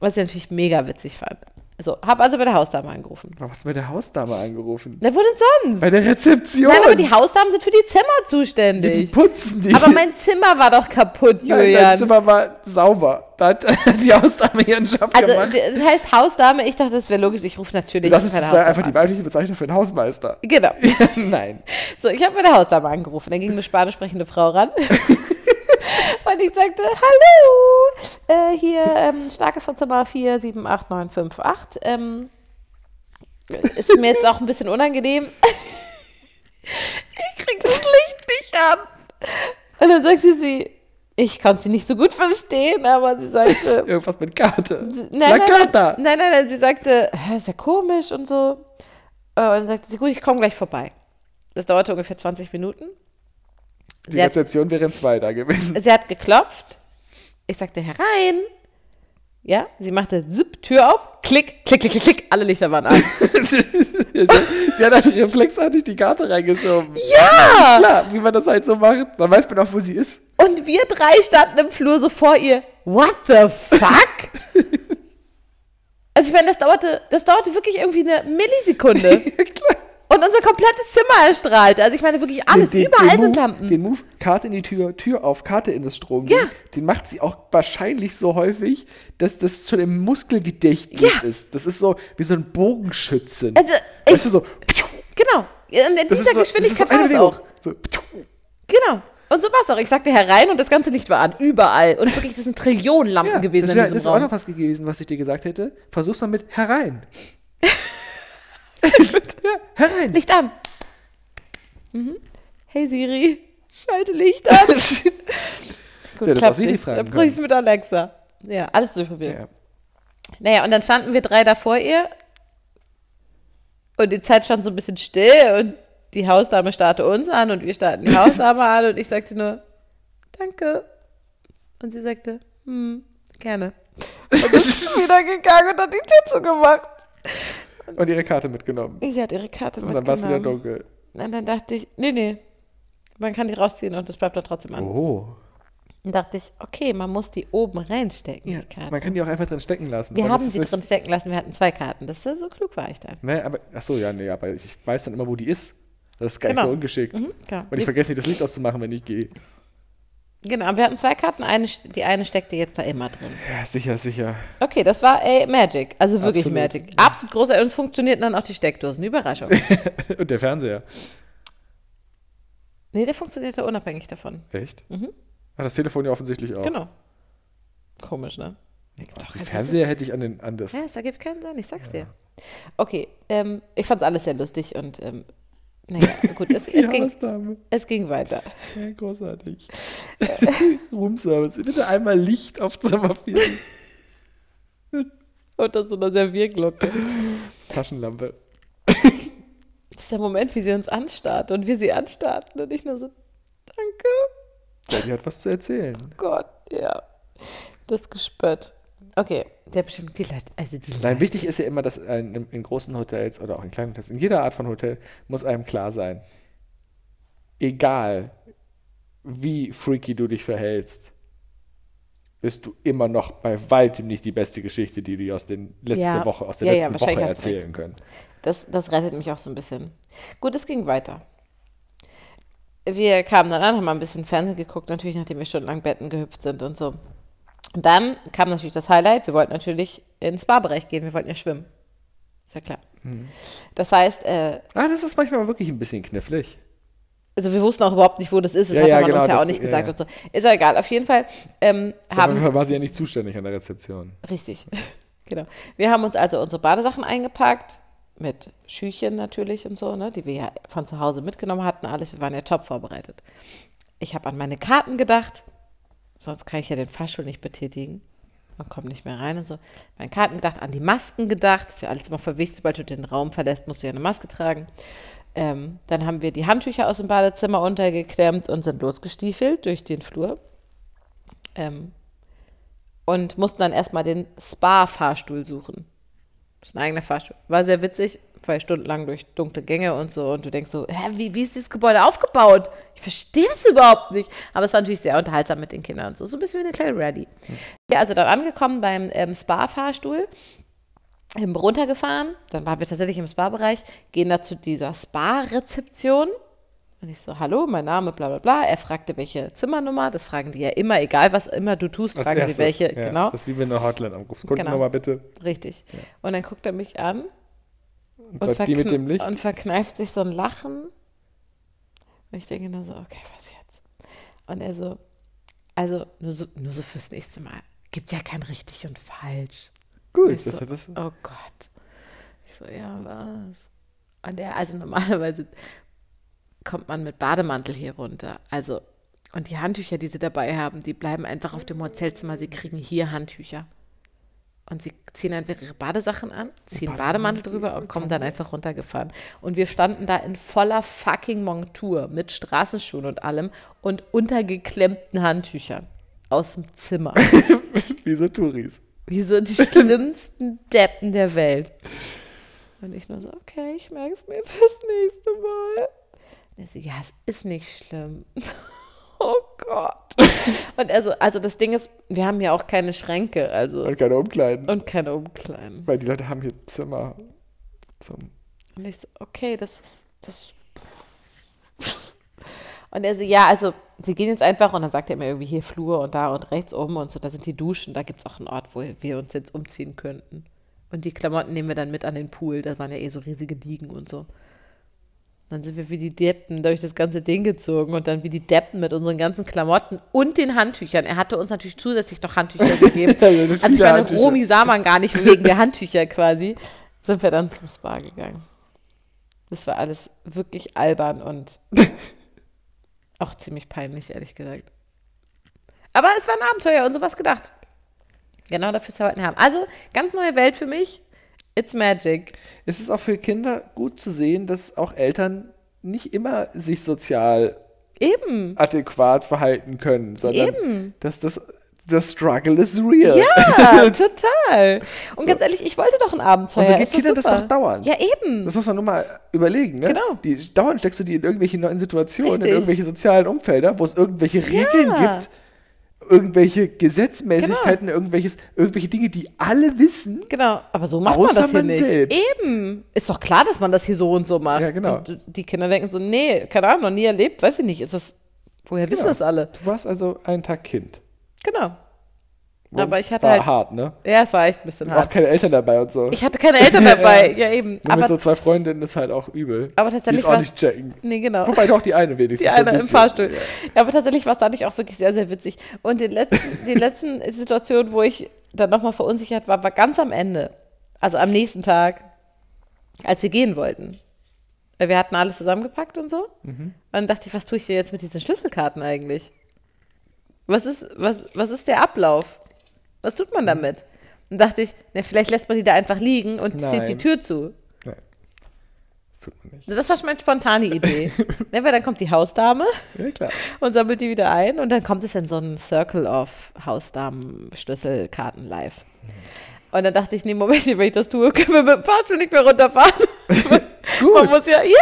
Speaker 4: Was ich natürlich mega witzig fand. Also, habe also bei der Hausdame angerufen.
Speaker 5: Warum hast du bei der Hausdame angerufen?
Speaker 4: Na, wo denn sonst?
Speaker 5: Bei der Rezeption.
Speaker 4: Nein, aber die Hausdamen sind für die Zimmer
Speaker 5: die
Speaker 4: zuständig.
Speaker 5: putzen die.
Speaker 4: Aber mein Zimmer war doch kaputt,
Speaker 5: (laughs) Nein, dein
Speaker 4: Julian.
Speaker 5: Zimmer war sauber. Da hat (laughs) die Hausdame ihren Job
Speaker 4: Also,
Speaker 5: gemacht.
Speaker 4: es heißt Hausdame. Ich dachte, das wäre logisch. Ich rufe natürlich
Speaker 5: das ist
Speaker 4: bei der
Speaker 5: einfach die
Speaker 4: Hausdame
Speaker 5: weibliche Bezeichnung für einen Hausmeister. (laughs)
Speaker 4: an. Genau. (laughs)
Speaker 5: Nein.
Speaker 4: So, ich habe bei der Hausdame angerufen. Dann ging eine spanisch sprechende Frau (laughs) ran. Und ich sagte, hallo, äh, hier, ähm, Starke von Zimmer 4, 7, 8, 9, 5, 8. Ähm, ist mir jetzt auch ein bisschen unangenehm. ich krieg das Licht nicht an. Und dann sagte sie, ich konnte sie nicht so gut verstehen, aber sie sagte,
Speaker 5: Irgendwas mit Karte.
Speaker 4: Nein, nein, nein,
Speaker 5: Plakata.
Speaker 4: nein, nein, nein, sie sagte, "Hä, ist ja komisch und so. Äh, Und dann sagte sie, gut, ich komme gleich vorbei. Das dauerte ungefähr 20 Minuten.
Speaker 5: Die
Speaker 4: Sie hat,
Speaker 5: Rezeption wären zwei
Speaker 4: (laughs)
Speaker 5: da gewesen. (laughs)
Speaker 4: sie hat geklopft. Ich sagte, herein. Ja, sie machte zipp, Tür auf, klick, klick, klick, klick, klick, alle Lichter waren an.
Speaker 5: Sie hat halt reflexartig die Karte reingeschoben.
Speaker 4: ja!
Speaker 5: Klar, wie man das halt so macht. Dann weiß man auch, wo sie ist.
Speaker 4: (laughs)
Speaker 5: (laughs)
Speaker 4: Und wir drei standen im Flur so vor ihr. What the fuck? (laughs) also ich meine, das dauerte, das dauerte wirklich irgendwie eine Millisekunde. (laughs)
Speaker 5: Ja, klar.
Speaker 4: Und unser komplettes Zimmer erstrahlte. Also ich meine wirklich alles,
Speaker 5: Den- den-
Speaker 4: überall
Speaker 5: den
Speaker 4: sind
Speaker 5: Move,
Speaker 4: Lampen.
Speaker 5: Den Move, Karte in die Tür, Tür auf, Karte in das Strom.
Speaker 4: Ja.
Speaker 5: Den macht sie auch wahrscheinlich so häufig, dass das schon im Muskelgedächtnis
Speaker 4: Ja.
Speaker 5: ist. Das ist so wie so ein Bogenschützen.
Speaker 4: Also, ich-
Speaker 5: weißt du, so,
Speaker 4: genau. Und in
Speaker 5: das
Speaker 4: dieser
Speaker 5: ist so,
Speaker 4: Geschwindigkeit
Speaker 5: das
Speaker 4: war es
Speaker 5: ist so eine
Speaker 4: auch.
Speaker 5: Bewegung. So,
Speaker 4: Genau. Und so war es auch. Ich sagte herein und das ganze Licht war an. Überall. Und wirklich, das sind Trillionen Lampen
Speaker 5: ja,
Speaker 4: gewesen
Speaker 5: das
Speaker 4: in
Speaker 5: wäre
Speaker 4: diesem
Speaker 5: das wär auch
Speaker 4: Raum.
Speaker 5: noch was gewesen, was ich dir gesagt hätte. Versuch's mal mit
Speaker 4: (laughs)
Speaker 5: herein. ja, herein.
Speaker 4: Licht an. Mhm. Hey Siri, schalte Licht
Speaker 5: (laughs)
Speaker 4: an. (laughs) Gut,
Speaker 5: Ja, das
Speaker 4: klappt
Speaker 5: auch Siri
Speaker 4: nicht.
Speaker 5: fragen
Speaker 4: Dann
Speaker 5: können.
Speaker 4: brüche ich es mit Alexa. Ja, alles durchprobieren.
Speaker 5: Ja.
Speaker 4: Naja, und dann standen wir drei da vor ihr. Und die Zeit stand so ein bisschen still. Und die Hausdame starrte uns an und wir starrten die Hausdame an. Und ich sagte nur, danke. Und sie sagte, hm, gerne. Und ist wieder gegangen und hat die Tür zugemacht.
Speaker 5: Und ihre Karte mitgenommen.
Speaker 4: Sie hat ihre Karte
Speaker 5: Und
Speaker 4: mitgenommen.
Speaker 5: dann war es wieder dunkel.
Speaker 4: Und dann dachte ich, nee, nee. Man kann die rausziehen und das bleibt da trotzdem an.
Speaker 5: Oh.
Speaker 4: Und dachte ich, okay, man muss die oben reinstecken,
Speaker 5: Ja,
Speaker 4: die Karte.
Speaker 5: man kann die auch einfach drin stecken lassen.
Speaker 4: wir
Speaker 5: Dann
Speaker 4: haben
Speaker 5: ist
Speaker 4: sie
Speaker 5: es
Speaker 4: drin
Speaker 5: nicht-
Speaker 4: stecken lassen, wir hatten zwei Karten. Das ist ja so klug war ich dann.
Speaker 5: Ne, aber, ach so, ja, nee, aber ich weiß dann immer, wo die ist. Das ist gar nicht
Speaker 4: Genau.
Speaker 5: so ungeschickt.
Speaker 4: klar.
Speaker 5: Und ich vergesse nicht, das Licht auszumachen, wenn ich gehe.
Speaker 4: Genau, wir hatten zwei Karten, eine, st- die eine steckte jetzt da immer drin.
Speaker 5: Ja, sicher, sicher.
Speaker 4: Okay, das war ey, Magic, also wirklich
Speaker 5: Absolut.
Speaker 4: Magic. Absolut großartig und es funktionierten dann auch die Steckdosen, Überraschung.
Speaker 5: Und der Fernseher.
Speaker 4: nee, der funktionierte unabhängig davon.
Speaker 5: Echt? Mhm. Ah, das Telefon ja offensichtlich auch.
Speaker 4: Genau. Komisch, ne? Doch, also
Speaker 5: Den
Speaker 4: es
Speaker 5: Fernseher hätte ich an, den, an das.
Speaker 4: Ist, ja, es ergibt keinen Sinn, ich sag's dir. Okay, ähm, ich fand's alles sehr lustig und ähm, Naja, gut, es, es, ging,
Speaker 5: Jahresname.
Speaker 4: es ging weiter.
Speaker 5: Ja, großartig. (laughs) Roomservice. Bitte einmal Licht auf Zimmer 4.
Speaker 4: Unter so einer Servierglocke.
Speaker 5: Taschenlampe.
Speaker 4: Dieser Moment, wie sie uns anstarrt und wir sie anstarrten und ich nur so, danke
Speaker 5: Ja, die hat was zu erzählen.
Speaker 4: Gott, ja. Das Gespött. Okay, der bestimmt die Leute, also die Leute.
Speaker 5: Nein, wichtig ist ja immer, dass ein, in, in großen Hotels oder auch in kleinen Hotels, in jeder Art von Hotel, muss einem klar sein, egal wie freaky du dich verhältst, bist du immer noch bei weitem nicht die beste Geschichte, die du aus den letzte
Speaker 4: Ja.
Speaker 5: Woche, aus der
Speaker 4: Ja, ja,
Speaker 5: letzten Woche
Speaker 4: wahrscheinlich hast du recht.
Speaker 5: erzählen können.
Speaker 4: Das, das rettet mich auch so ein bisschen. Gut, es ging weiter. Wir kamen dann an, haben mal ein bisschen Fernsehen geguckt, natürlich, nachdem wir stundenlang Betten gehüpft sind und so. Und dann kam natürlich das Highlight. Wir wollten natürlich ins Barbereich gehen. Wir wollten ja schwimmen. Ist ja klar.
Speaker 5: Hm.
Speaker 4: Das heißt, äh,
Speaker 5: Ah, das ist manchmal wirklich ein bisschen knifflig.
Speaker 4: also wir wussten auch überhaupt nicht, wo das ist. Das
Speaker 5: Ja,
Speaker 4: hatte
Speaker 5: ja,
Speaker 4: man uns
Speaker 5: genau,
Speaker 4: ja auch
Speaker 5: das-
Speaker 4: nicht
Speaker 5: ja,
Speaker 4: gesagt
Speaker 5: ja.
Speaker 4: und so. Ist ja egal. Auf jeden Fall ähm, haben
Speaker 5: Dafür war sie ja nicht zuständig an der Rezeption.
Speaker 4: Richtig, (laughs) genau. Wir haben uns also unsere Badesachen eingepackt, mit Schüchen natürlich und so, ne, die wir ja von zu Hause mitgenommen hatten, alles. Wir waren ja top vorbereitet. Ich habe an meine Karten gedacht, sonst kann ich ja den Fahrstuhl nicht betätigen. Man kommt nicht mehr rein und so. Meine Karten gedacht, an die Masken gedacht. Ist ja alles immer verwichtet, sobald du den Raum verlässt, musst du ja eine Maske tragen. Ähm, dann haben wir die Handtücher aus dem Badezimmer untergeklemmt und sind losgestiefelt durch den Flur. Ähm, und mussten dann erstmal den Spa-Fahrstuhl suchen. Das ist ein eigener Fahrstuhl. War sehr witzig, zwei Stunden lang durch dunkle Gänge und so. Und du denkst so, hä, wie, wie ist dieses Gebäude aufgebaut? Ich verstehe das überhaupt nicht. Aber es war natürlich sehr unterhaltsam mit den Kindern und so. So ein bisschen wie eine kleine Rally.
Speaker 5: Hm.
Speaker 4: Wir also dann angekommen beim ähm, Spa-Fahrstuhl, ähm, runtergefahren. Dann waren wir tatsächlich im Spa-Bereich, gehen da zu dieser Spa-Rezeption. Und ich so, hallo, mein Name, bla bla bla. Er fragte, welche Zimmernummer. Das fragen die ja immer, egal was immer du tust,
Speaker 5: Als
Speaker 4: fragen
Speaker 5: erstes,
Speaker 4: sie welche.
Speaker 5: ja.
Speaker 4: Genau.
Speaker 5: Das ist wie wenn du eine Hotline anrufst. Kundennummer
Speaker 4: Genau.
Speaker 5: bitte.
Speaker 4: Richtig. Und dann guckt er mich an
Speaker 5: Und,
Speaker 4: und,
Speaker 5: die mit
Speaker 4: verkn-
Speaker 5: dem Licht.
Speaker 4: und verkneift sich so ein Lachen. Und ich denke nur so, okay, was jetzt? Und er so, also nur so, nur so fürs nächste Mal. Gibt ja kein richtig und falsch.
Speaker 5: Gut,
Speaker 4: Ich so,
Speaker 5: das, das,
Speaker 4: oh Gott. Ich so, ja, was? Und er, also normalerweise kommt man mit Bademantel hier runter. Also, und die Handtücher, die sie dabei haben, die bleiben einfach auf dem Hotelzimmer. Sie kriegen hier Handtücher. Und sie ziehen einfach ihre Badesachen an, ziehen Bademantel drüber und kommen dann einfach runtergefahren. Und wir standen da in voller fucking Montur mit Straßenschuhen und allem und untergeklemmten Handtüchern aus dem Zimmer.
Speaker 5: diese Touris.
Speaker 4: Wie so die schlimmsten Deppen der Welt. Und ich nur so, okay, ich merke es mir fürs nächste Mal. Und er so, ja, es ist nicht schlimm. (laughs) oh Gott. Und also, also das Ding ist, wir haben ja auch keine Schränke, also
Speaker 5: Und keine Umkleiden.
Speaker 4: und keine Umkleiden.
Speaker 5: Weil die Leute haben hier Zimmer zum.
Speaker 4: Und ich so, okay, das ist das. Und er so, ja, also sie gehen jetzt einfach und dann sagt er mir irgendwie hier Flur und da und rechts oben und so, da sind die Duschen, da gibt es auch einen Ort, wo wir uns jetzt umziehen könnten. Und die Klamotten nehmen wir dann mit an den Pool, da waren ja eh so riesige Liegen und so. Dann sind wir wie die Deppen durch das ganze Ding gezogen und dann wie die Deppen mit unseren ganzen Klamotten und den Handtüchern. Er hatte uns natürlich zusätzlich noch
Speaker 5: (laughs)
Speaker 4: Handtücher gegeben.
Speaker 5: Also viele
Speaker 4: also ich meine,
Speaker 5: Handtücher.
Speaker 4: Romy sah man gar nicht wegen der Handtücher quasi. Sind wir dann zum Spa gegangen. Das war alles wirklich albern und auch ziemlich peinlich, ehrlich gesagt. Aber es war ein Abenteuer und sowas gedacht. Genau dafür ist er heute haben. Also, ganz neue Welt für mich. It's magic.
Speaker 5: Es ist auch für Kinder gut zu sehen, dass auch Eltern nicht immer sich sozial
Speaker 4: Eben.
Speaker 5: adäquat verhalten können, sondern
Speaker 4: Eben.
Speaker 5: dass das the struggle is real. (laughs)
Speaker 4: Ja, total. Und ganz ehrlich, ich wollte doch ein Abenteuer.
Speaker 5: Und so geht
Speaker 4: Ist doch
Speaker 5: Kindern das
Speaker 4: super.
Speaker 5: doch dauernd.
Speaker 4: Ja, eben.
Speaker 5: Das muss man nur mal überlegen. Ne?
Speaker 4: Genau.
Speaker 5: Die, dauernd steckst du die in irgendwelche neuen Situationen,
Speaker 4: Richtig.
Speaker 5: in irgendwelche sozialen Umfelder, wo es irgendwelche Regeln
Speaker 4: Ja.
Speaker 5: gibt, irgendwelche Gesetzmäßigkeiten, irgendwelches, irgendwelche Dinge, die alle wissen.
Speaker 4: Genau, aber so macht
Speaker 5: Außer
Speaker 4: man das hier
Speaker 5: man
Speaker 4: nicht.
Speaker 5: selbst.
Speaker 4: Eben. Ist doch klar, dass man das hier so und so macht.
Speaker 5: Ja, genau.
Speaker 4: Und die Kinder denken so, nee, keine Ahnung, noch nie erlebt, weiß ich nicht. Ist das, woher wissen
Speaker 5: Genau.
Speaker 4: das alle?
Speaker 5: Du warst also einen Tag Kind.
Speaker 4: Genau. Aber ich hatte
Speaker 5: War
Speaker 4: halt-
Speaker 5: hart, ne?
Speaker 4: Ja, es war echt ein bisschen
Speaker 5: Auch
Speaker 4: hart.
Speaker 5: keine Eltern dabei und so.
Speaker 4: Ich hatte keine Eltern
Speaker 5: (laughs)
Speaker 4: dabei. ja, eben.
Speaker 5: Nur
Speaker 4: Aber,
Speaker 5: mit so zwei Freundinnen ist halt auch übel.
Speaker 4: aber tatsächlich
Speaker 5: die es auch
Speaker 4: war
Speaker 5: nicht checken.
Speaker 4: Nee, genau.
Speaker 5: Wobei doch die eine wenigstens.
Speaker 4: (laughs) Die
Speaker 5: so ein
Speaker 4: eine im
Speaker 5: bisschen.
Speaker 4: Fahrstuhl. Ja, aber tatsächlich war es dadurch auch wirklich sehr, sehr witzig. Und den letzten, die letzten Situation, wo ich dann nochmal verunsichert war, war ganz am Ende. Also am nächsten Tag, als wir gehen wollten. Weil wir hatten alles zusammengepackt und so. Und
Speaker 5: Mhm.
Speaker 4: dann dachte ich, was tue ich denn jetzt mit diesen Schlüsselkarten eigentlich? Was ist, was, was ist der Ablauf? Was tut man damit? Und dachte ich, na, vielleicht lässt man die da einfach liegen und zieht die
Speaker 5: Nein.
Speaker 4: Tür zu.
Speaker 5: Nein. Das tut man nicht.
Speaker 4: Das war schon meine spontane
Speaker 5: (laughs)
Speaker 4: Idee. ne, weil dann kommt die Hausdame
Speaker 5: Ja, klar.
Speaker 4: und sammelt die wieder ein und dann kommt es in so einen Circle of Hausdamen-Schlüsselkarten live.
Speaker 5: Mhm.
Speaker 4: Und dann dachte ich, nee, Moment, wenn ich das tue, können wir mit dem Fahrstuhl nicht mehr runterfahren. Man muss ja, ja,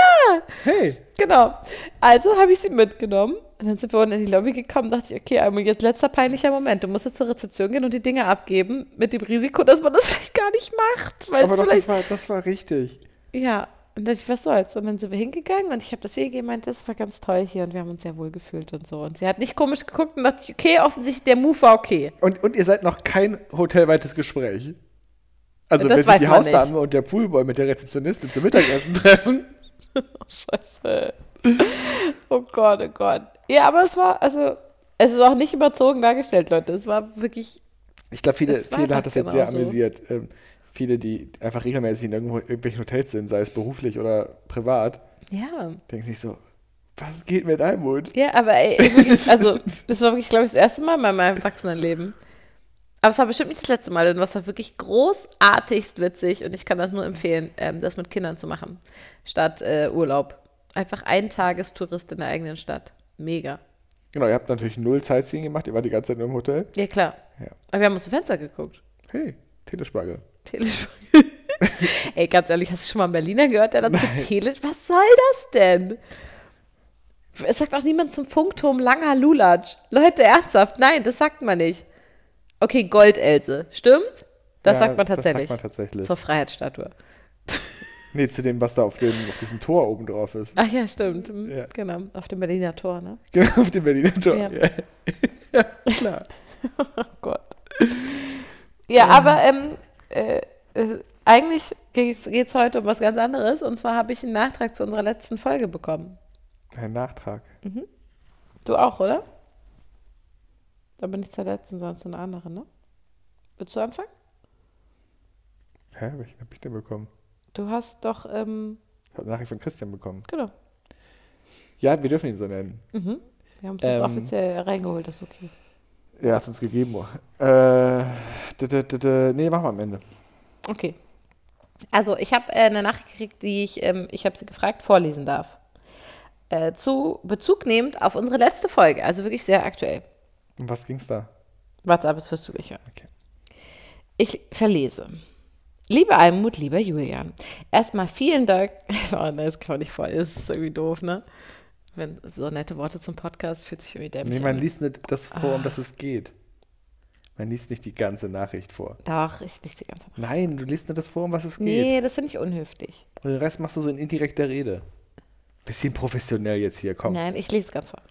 Speaker 5: Hey,
Speaker 4: genau. Also habe ich sie mitgenommen und dann sind wir unten in die Lobby gekommen dachte ich, okay, Almut, jetzt letzter peinlicher Moment. Du musst jetzt zur Rezeption gehen und die Dinge abgeben mit dem Risiko, dass man das vielleicht gar nicht macht. Weil
Speaker 5: aber
Speaker 4: es
Speaker 5: doch,
Speaker 4: vielleicht
Speaker 5: das war, das war richtig.
Speaker 4: ja, und dachte ich, was soll's? Und dann sind wir hingegangen und ich habe das WG gemeint, das war ganz toll hier und wir haben uns sehr wohl gefühlt und so. Und sie hat nicht komisch geguckt und dachte ich, okay, offensichtlich der Move war okay. (laughs)
Speaker 5: Und, und ihr seid noch kein hotelweites Gespräch. Also,
Speaker 4: Das
Speaker 5: wenn sich
Speaker 4: weiß
Speaker 5: die
Speaker 4: man nicht.
Speaker 5: Hausdame und der Poolboy mit der Rezeptionistin zum Mittagessen (laughs) treffen.
Speaker 4: Scheiße. Oh Gott, oh Gott. Ja, aber es war, also, es ist auch nicht überzogen dargestellt, Leute. Es war wirklich,
Speaker 5: Ich glaube, viele,
Speaker 4: Das war
Speaker 5: viele
Speaker 4: doch
Speaker 5: hat das jetzt sehr
Speaker 4: genauso.
Speaker 5: amüsiert. Ähm, viele, die einfach regelmäßig in irgendwo, irgendwelchen Hotels sind, sei es beruflich oder privat,
Speaker 4: ja.
Speaker 5: denken sich so, was geht mit Almut?
Speaker 4: Ja, aber ey, wirklich, also, das war wirklich, glaube ich, das erste Mal in meinem Erwachsenenleben. Aber es war bestimmt nicht das letzte Mal, denn was war wirklich großartigst witzig und ich kann das nur empfehlen, ähm, das mit Kindern zu machen, statt äh, Urlaub. Einfach ein Tagestourist in der eigenen Stadt. Mega.
Speaker 5: Genau, ihr habt natürlich null Sightseeing gemacht, ihr wart die ganze Zeit nur im Hotel.
Speaker 4: Ja, klar.
Speaker 5: Ja.
Speaker 4: Aber wir haben aus dem Fenster geguckt.
Speaker 5: Hey, Telespargel.
Speaker 4: (laughs) Telespargel. ey, ganz ehrlich, hast du schon mal einen Berliner gehört, der dann zu Tele... Was soll das denn? Es sagt auch niemand zum Funkturm Langer Lulatsch. Leute, ernsthaft, nein, das sagt man nicht. Okay, Goldelse, stimmt? Das
Speaker 5: Ja,
Speaker 4: sagt man tatsächlich.
Speaker 5: Das sagt man tatsächlich.
Speaker 4: Zur Freiheitsstatue.
Speaker 5: Nee, zu dem, was da auf, dem, auf diesem Tor oben drauf ist. (laughs)
Speaker 4: Ach ja, stimmt. Hm,
Speaker 5: Ja.
Speaker 4: Genau, auf dem Berliner Tor, ne?
Speaker 5: Genau, auf dem Berliner Tor.
Speaker 4: Ja.
Speaker 5: Ja. (laughs) klar.
Speaker 4: Oh Gott. Ja, aber ähm, äh, äh, eigentlich geht es heute um was ganz anderes. Und zwar habe ich einen Nachtrag zu unserer letzten Folge bekommen.
Speaker 5: Ein Nachtrag.
Speaker 4: Du auch, oder? Da bin ich zur letzten, sonst eine andere, ne? Willst du anfangen?
Speaker 5: Hä, welchen hab ich denn bekommen?
Speaker 4: Du hast doch, ähm,
Speaker 5: Ich habe Nachricht von Christian bekommen.
Speaker 4: genau.
Speaker 5: Ja, wir dürfen ihn so nennen.
Speaker 4: Wir haben es jetzt
Speaker 5: Ähm.
Speaker 4: offiziell reingeholt, das ist okay.
Speaker 5: Er hat uns gegeben. Äh, d -d -d -d nee, machen wir am Ende.
Speaker 4: Okay. Also, ich habe äh, eine Nachricht gekriegt, die ich, ähm, ich habe sie gefragt, vorlesen darf. Äh, zu Bezug nehmend auf unsere letzte Folge, also wirklich sehr aktuell.
Speaker 5: Um was ging's da?
Speaker 4: Warte ab, es wirst du gleich hören.
Speaker 5: Okay.
Speaker 4: Ich verlese. Liebe Almut, lieber Julian, erstmal vielen Dank. (laughs) Oh, nein, das kann man nicht vorlesen, das ist irgendwie doof, ne? Wenn so nette Worte zum Podcast fühlt sich irgendwie dämlich
Speaker 5: Nee, man
Speaker 4: an.
Speaker 5: liest nicht das vor, um das es geht. Man liest nicht die ganze Nachricht vor.
Speaker 4: Doch, ich lese die ganze Zeit.
Speaker 5: Nein, du liest nicht das vor, um was es geht.
Speaker 4: Nee, das finde ich unhöflich.
Speaker 5: Und den Rest machst du so in indirekter Rede. Bisschen professionell jetzt hier, komm.
Speaker 4: Nein, ich lese es ganz vor.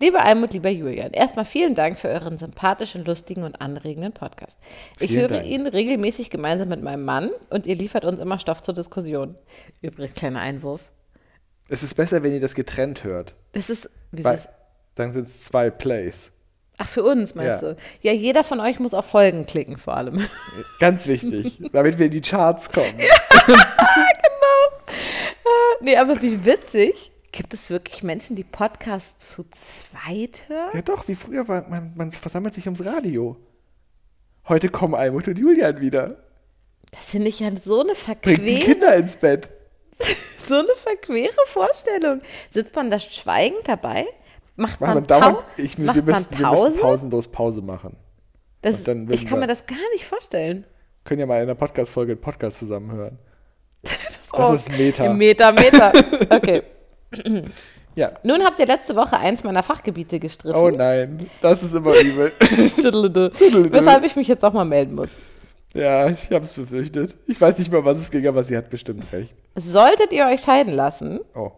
Speaker 4: Liebe Almut, lieber Julian, erstmal vielen Dank für euren sympathischen, lustigen und anregenden Podcast. Ich
Speaker 5: Vielen
Speaker 4: höre
Speaker 5: Dank.
Speaker 4: ihn regelmäßig gemeinsam mit meinem Mann und ihr liefert uns immer Stoff zur Diskussion. Übrigens, kleiner Einwurf.
Speaker 5: Es ist besser, wenn ihr das getrennt hört.
Speaker 4: Das ist, wieso
Speaker 5: Weil
Speaker 4: ist
Speaker 5: dann sind es zwei Plays.
Speaker 4: Ach, für uns meinst
Speaker 5: Ja.
Speaker 4: du? Ja, jeder von euch muss auf Folgen klicken, vor allem. (laughs)
Speaker 5: Ganz wichtig, (laughs) damit wir in die Charts kommen.
Speaker 4: nee, aber wie witzig. Gibt es wirklich Menschen, die Podcasts zu zweit hören?
Speaker 5: Ja doch, wie früher war man, man versammelt sich ums Radio. Heute kommen Almut und Julian wieder.
Speaker 4: Das finde ich ja so eine
Speaker 5: Bringt die
Speaker 4: verquere,
Speaker 5: Kinder ins Bett.
Speaker 4: so eine verquere Vorstellung. Sitzt man da schweigend dabei? Macht
Speaker 5: Machen wir
Speaker 4: man,
Speaker 5: dauernd,
Speaker 4: Pau
Speaker 5: ich, wir,
Speaker 4: macht
Speaker 5: müssen,
Speaker 4: man
Speaker 5: wir müssen
Speaker 4: Pause?
Speaker 5: pausenlos Pause machen.
Speaker 4: das,
Speaker 5: und dann
Speaker 4: ich
Speaker 5: wissen
Speaker 4: kann mir
Speaker 5: wir-
Speaker 4: das gar nicht vorstellen.
Speaker 5: Können ja mal in einer Podcast-Folge einen Podcast zusammen hören. Das
Speaker 4: Oh,
Speaker 5: ist Meta.
Speaker 4: Meter, Meter. Okay.
Speaker 5: ja.
Speaker 4: Nun habt ihr letzte Woche eins meiner Fachgebiete gestriffen.
Speaker 5: Oh nein, das ist immer übel. (laughs)
Speaker 4: (laughs) Tudeludu.
Speaker 5: Tudeludu.
Speaker 4: Weshalb ich mich jetzt auch mal melden muss.
Speaker 5: ja, ich hab's befürchtet. Ich weiß nicht mal, was es ging, aber sie hat bestimmt recht.
Speaker 4: Solltet ihr euch scheiden lassen,
Speaker 5: Oh.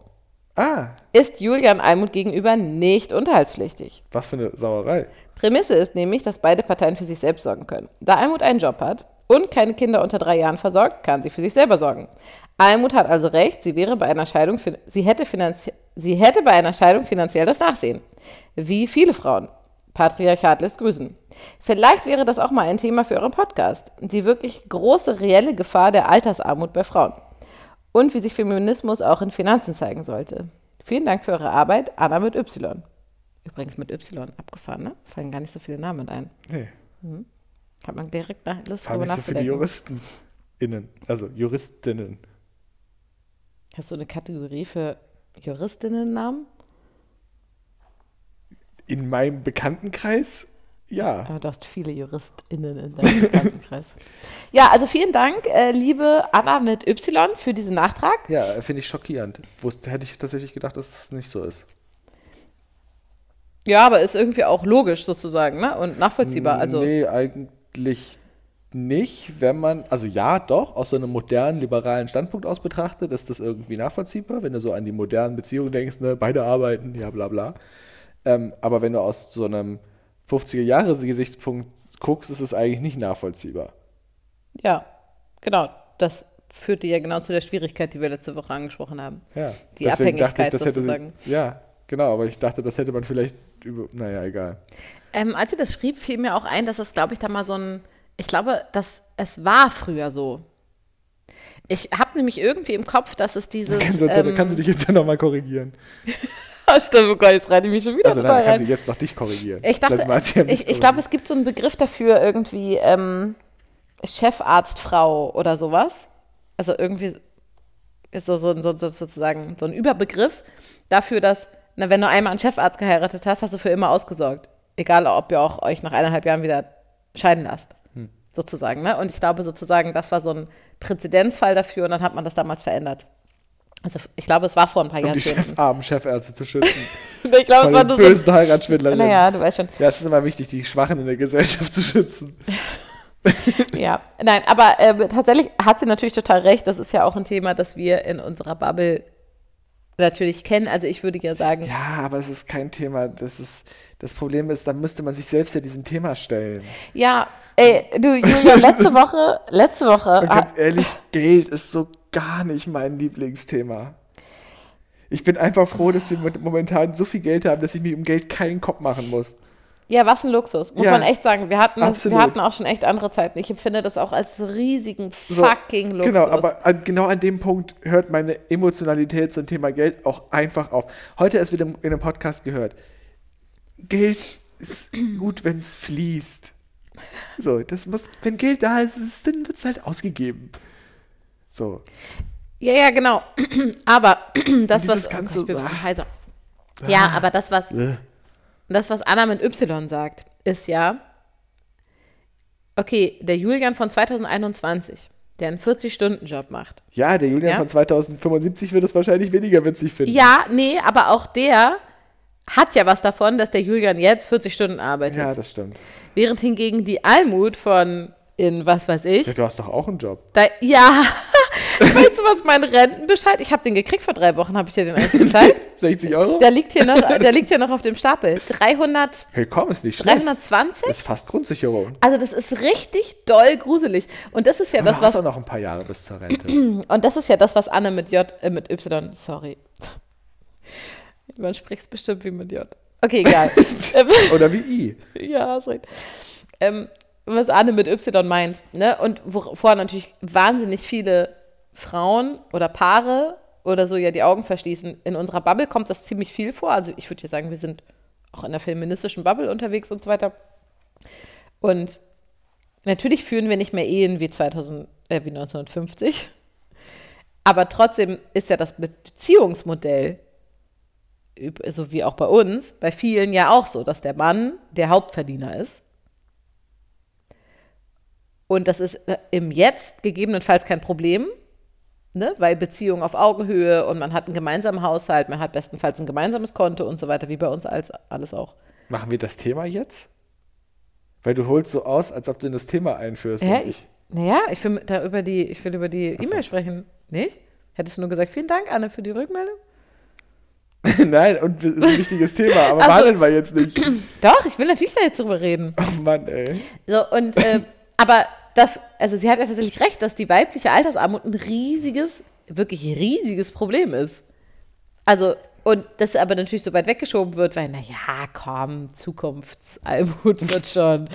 Speaker 5: Ah,
Speaker 4: ist Julian Almut gegenüber nicht unterhaltspflichtig.
Speaker 5: was für eine Sauerei.
Speaker 4: Prämisse ist nämlich, dass beide Parteien für sich selbst sorgen können. Da Almut einen Job hat und keine Kinder unter drei Jahren versorgt, kann sie für sich selber sorgen. Almut hat also recht, sie wäre bei einer Scheidung, fin- sie hätte, finanzie- sie hätte bei einer Scheidung finanziell das Nachsehen. Wie viele Frauen. Patriarchat lässt grüßen. Vielleicht wäre das auch mal ein Thema für euren Podcast. Die wirklich große reelle Gefahr der Altersarmut bei Frauen. und wie sich Feminismus auch in Finanzen zeigen sollte. Vielen Dank für eure Arbeit, Anna mit Y. Übrigens mit Y abgefahren, ne? Fallen gar nicht so viele Namen ein.
Speaker 5: Nee,
Speaker 4: Hat man direkt nach Lust
Speaker 5: fahren
Speaker 4: drüber
Speaker 5: nicht so viele
Speaker 4: nachzudenken.
Speaker 5: Juristen. Innen, also Juristinnen.
Speaker 4: Hast du eine Kategorie für Juristinnen-Namen?
Speaker 5: In meinem Bekanntenkreis? Ja.
Speaker 4: Aber Ah, du hast viele JuristInnen in deinem (laughs) Bekanntenkreis. ja, also vielen Dank, äh, liebe Anna mit Y, für diesen Nachtrag.
Speaker 5: Ja, finde ich schockierend. Wusste, hätte ich tatsächlich gedacht, dass es nicht so ist.
Speaker 4: Ja, aber ist irgendwie auch logisch sozusagen ne? und nachvollziehbar. Also,
Speaker 5: Nee, eigentlich nicht, wenn man, also ja, doch, aus so einem modernen, liberalen Standpunkt aus betrachtet, ist das irgendwie nachvollziehbar, wenn du so an die modernen Beziehungen denkst, ne, beide arbeiten, ja, bla, bla. Ähm, aber wenn du aus so einem 50er-Jahres-Gesichtspunkt guckst, ist es eigentlich nicht nachvollziehbar.
Speaker 4: ja, genau. Das führte ja genau zu der Schwierigkeit, die wir letzte Woche angesprochen haben.
Speaker 5: Ja,
Speaker 4: Die Abhängigkeit
Speaker 5: hätte sie-
Speaker 4: sozusagen.
Speaker 5: ja, genau, aber ich dachte, das hätte man vielleicht über, naja, egal.
Speaker 4: Ähm, als sie das schrieb, fiel mir auch ein, dass das, glaube ich, da mal so ein. Ich glaube, dass es war früher so. Ich habe nämlich irgendwie im Kopf, dass es dieses.
Speaker 5: (laughs) Kannst du,
Speaker 4: ähm,
Speaker 5: kannst du dich jetzt ja nochmal korrigieren?
Speaker 4: Stimmt, oh Gott, jetzt reite ich mich schon wieder
Speaker 5: Also,
Speaker 4: total
Speaker 5: dann kannst
Speaker 4: rein.
Speaker 5: du jetzt noch dich korrigieren.
Speaker 4: Ich
Speaker 5: Letztes Mal
Speaker 4: dachte,
Speaker 5: hat sie ja mich
Speaker 4: ich, ich glaube,
Speaker 5: korrigiert.
Speaker 4: es gibt so einen Begriff dafür, irgendwie ähm, Chefarztfrau oder sowas. Also irgendwie ist so, so, so, so sozusagen so ein Überbegriff dafür, dass, na, wenn du einmal einen Chefarzt geheiratet hast, hast du für immer ausgesorgt. Egal, ob ihr auch euch nach eineinhalb Jahren wieder scheiden lasst.
Speaker 5: Hm.
Speaker 4: Sozusagen, ne? Und ich glaube sozusagen, das war so ein Präzedenzfall dafür und dann hat man das damals verändert. Also ich glaube, es war vor ein paar
Speaker 5: um die
Speaker 4: Jahrzehnten.
Speaker 5: Chef, armen Chefärzte zu schützen.
Speaker 4: (laughs) Ich glaube,
Speaker 5: von
Speaker 4: es war
Speaker 5: den
Speaker 4: nur so.
Speaker 5: bösen Heiratsschwindlern.
Speaker 4: Naja, du weißt schon.
Speaker 5: Ja, es ist immer wichtig, die Schwachen in der Gesellschaft zu schützen.
Speaker 4: Ja, nein, aber äh, tatsächlich hat sie natürlich total recht. Das ist ja auch ein Thema, das wir in unserer Bubble natürlich kennen. Also ich würde ja sagen, ja,
Speaker 5: Ja, aber es ist kein Thema. Das, ist, das Problem ist, da müsste man sich selbst ja diesem Thema stellen.
Speaker 4: ey, äh, du
Speaker 5: (laughs)
Speaker 4: Julia, letzte Woche, letzte Woche,
Speaker 5: Und
Speaker 4: ah,
Speaker 5: ganz ehrlich, Geld ist so gar nicht mein Lieblingsthema. Ich bin einfach froh, dass wir mo- momentan so viel Geld haben, dass ich mir um Geld keinen Kopf machen muss.
Speaker 4: äh, ja, was ein Luxus, muss
Speaker 5: Ja,
Speaker 4: man echt sagen. Wir hatten, wir
Speaker 5: absolut.
Speaker 4: hatten auch schon echt andere Zeiten. Ich empfinde das auch als riesigen
Speaker 5: So,
Speaker 4: fucking Luxus.
Speaker 5: Genau, aber an, genau an dem Punkt hört meine Emotionalität zum Thema Geld auch einfach auf. Heute erst wieder in einem Podcast gehört. Geld ist gut, wenn es fließt. So, das muss, wenn Geld da ist, ist- dann wird es halt ausgegeben. So,
Speaker 4: ja, ja, genau. (clears throat) aber das
Speaker 5: dieses
Speaker 4: was,
Speaker 5: ganze-
Speaker 4: ich bin ein bisschen
Speaker 5: ah.
Speaker 4: heiser. Ja, aber das was,
Speaker 5: äh.
Speaker 4: das, was Anna mit Y sagt, ist ja, okay, der Julian von 2021, der einen 40-Stunden-Job macht.
Speaker 5: ja, der Julian
Speaker 4: Ja.
Speaker 5: von 2075 wird es wahrscheinlich weniger witzig finden.
Speaker 4: Ja, nee, aber auch der hat ja was davon, dass der Julian jetzt 40 Stunden arbeitet.
Speaker 5: ja das stimmt.
Speaker 4: Während hingegen die Almut von in was weiß ich,
Speaker 5: Ja, du hast doch auch einen Job.
Speaker 4: da, ja, (laughs) weißt du was, mein Rentenbescheid, ich habe den gekriegt vor drei Wochen, habe ich dir den eigentlich
Speaker 5: (laughs)
Speaker 4: gezeigt.
Speaker 5: 60 Euro?
Speaker 4: Der liegt hier noch, der liegt hier noch auf dem Stapel. 300,
Speaker 5: hey, komm, ist nicht schlecht.
Speaker 4: 320?
Speaker 5: Das ist fast Grundsicherung.
Speaker 4: Also das ist richtig doll gruselig. Und das ist ja das,
Speaker 5: du hast
Speaker 4: was
Speaker 5: auch noch ein paar Jahre bis zur Rente.
Speaker 4: und das ist ja das, was Anne mit J äh, mit Y, sorry. (laughs) Man spricht bestimmt wie mit J. Okay,
Speaker 5: (laughs)
Speaker 4: egal. ähm,
Speaker 5: Oder wie
Speaker 4: (laughs)
Speaker 5: I.
Speaker 4: ja, hast recht. Ähm, was Anne mit Y meint, ne? Und wovor natürlich wahnsinnig viele Frauen oder Paare oder so ja die Augen verschließen. In unserer Bubble kommt das ziemlich viel vor. Also ich würde ja sagen, wir sind auch in der feministischen Bubble unterwegs und so weiter. Und natürlich führen wir nicht mehr Ehen wie 2000, äh, wie 1950. Aber trotzdem ist ja das Beziehungsmodell, üb- so wie auch bei uns, bei vielen ja auch so, dass der Mann der Hauptverdiener ist. Und das ist äh, im Jetzt gegebenenfalls kein Problem, ne? weil Beziehung auf Augenhöhe und man hat einen gemeinsamen Haushalt, man hat bestenfalls ein gemeinsames Konto und so weiter, wie bei uns als alles auch.
Speaker 5: Machen wir das Thema jetzt? Weil du holst so aus, als ob du in das Thema einführst.
Speaker 4: Hä?
Speaker 5: Und ich, (laughs)
Speaker 4: Naja, ich will da über die, ich will über die E-Mail sprechen. Nicht? Hättest du nur gesagt, vielen Dank, Anne, für die Rückmeldung?
Speaker 5: nein, und es ist ein wichtiges
Speaker 4: (laughs)
Speaker 5: Thema, aber
Speaker 4: Also-
Speaker 5: behandeln wir jetzt nicht.
Speaker 4: Doch, ich will natürlich da jetzt drüber reden.
Speaker 5: Oh Mann, ey.
Speaker 4: So, und,
Speaker 5: (laughs)
Speaker 4: äh, aber das, also sie hat ja tatsächlich recht, dass die weibliche Altersarmut ein riesiges, wirklich riesiges Problem ist. Also Und das aber natürlich so weit weggeschoben wird, weil, naja, komm, Zukunftsalmut wird schon,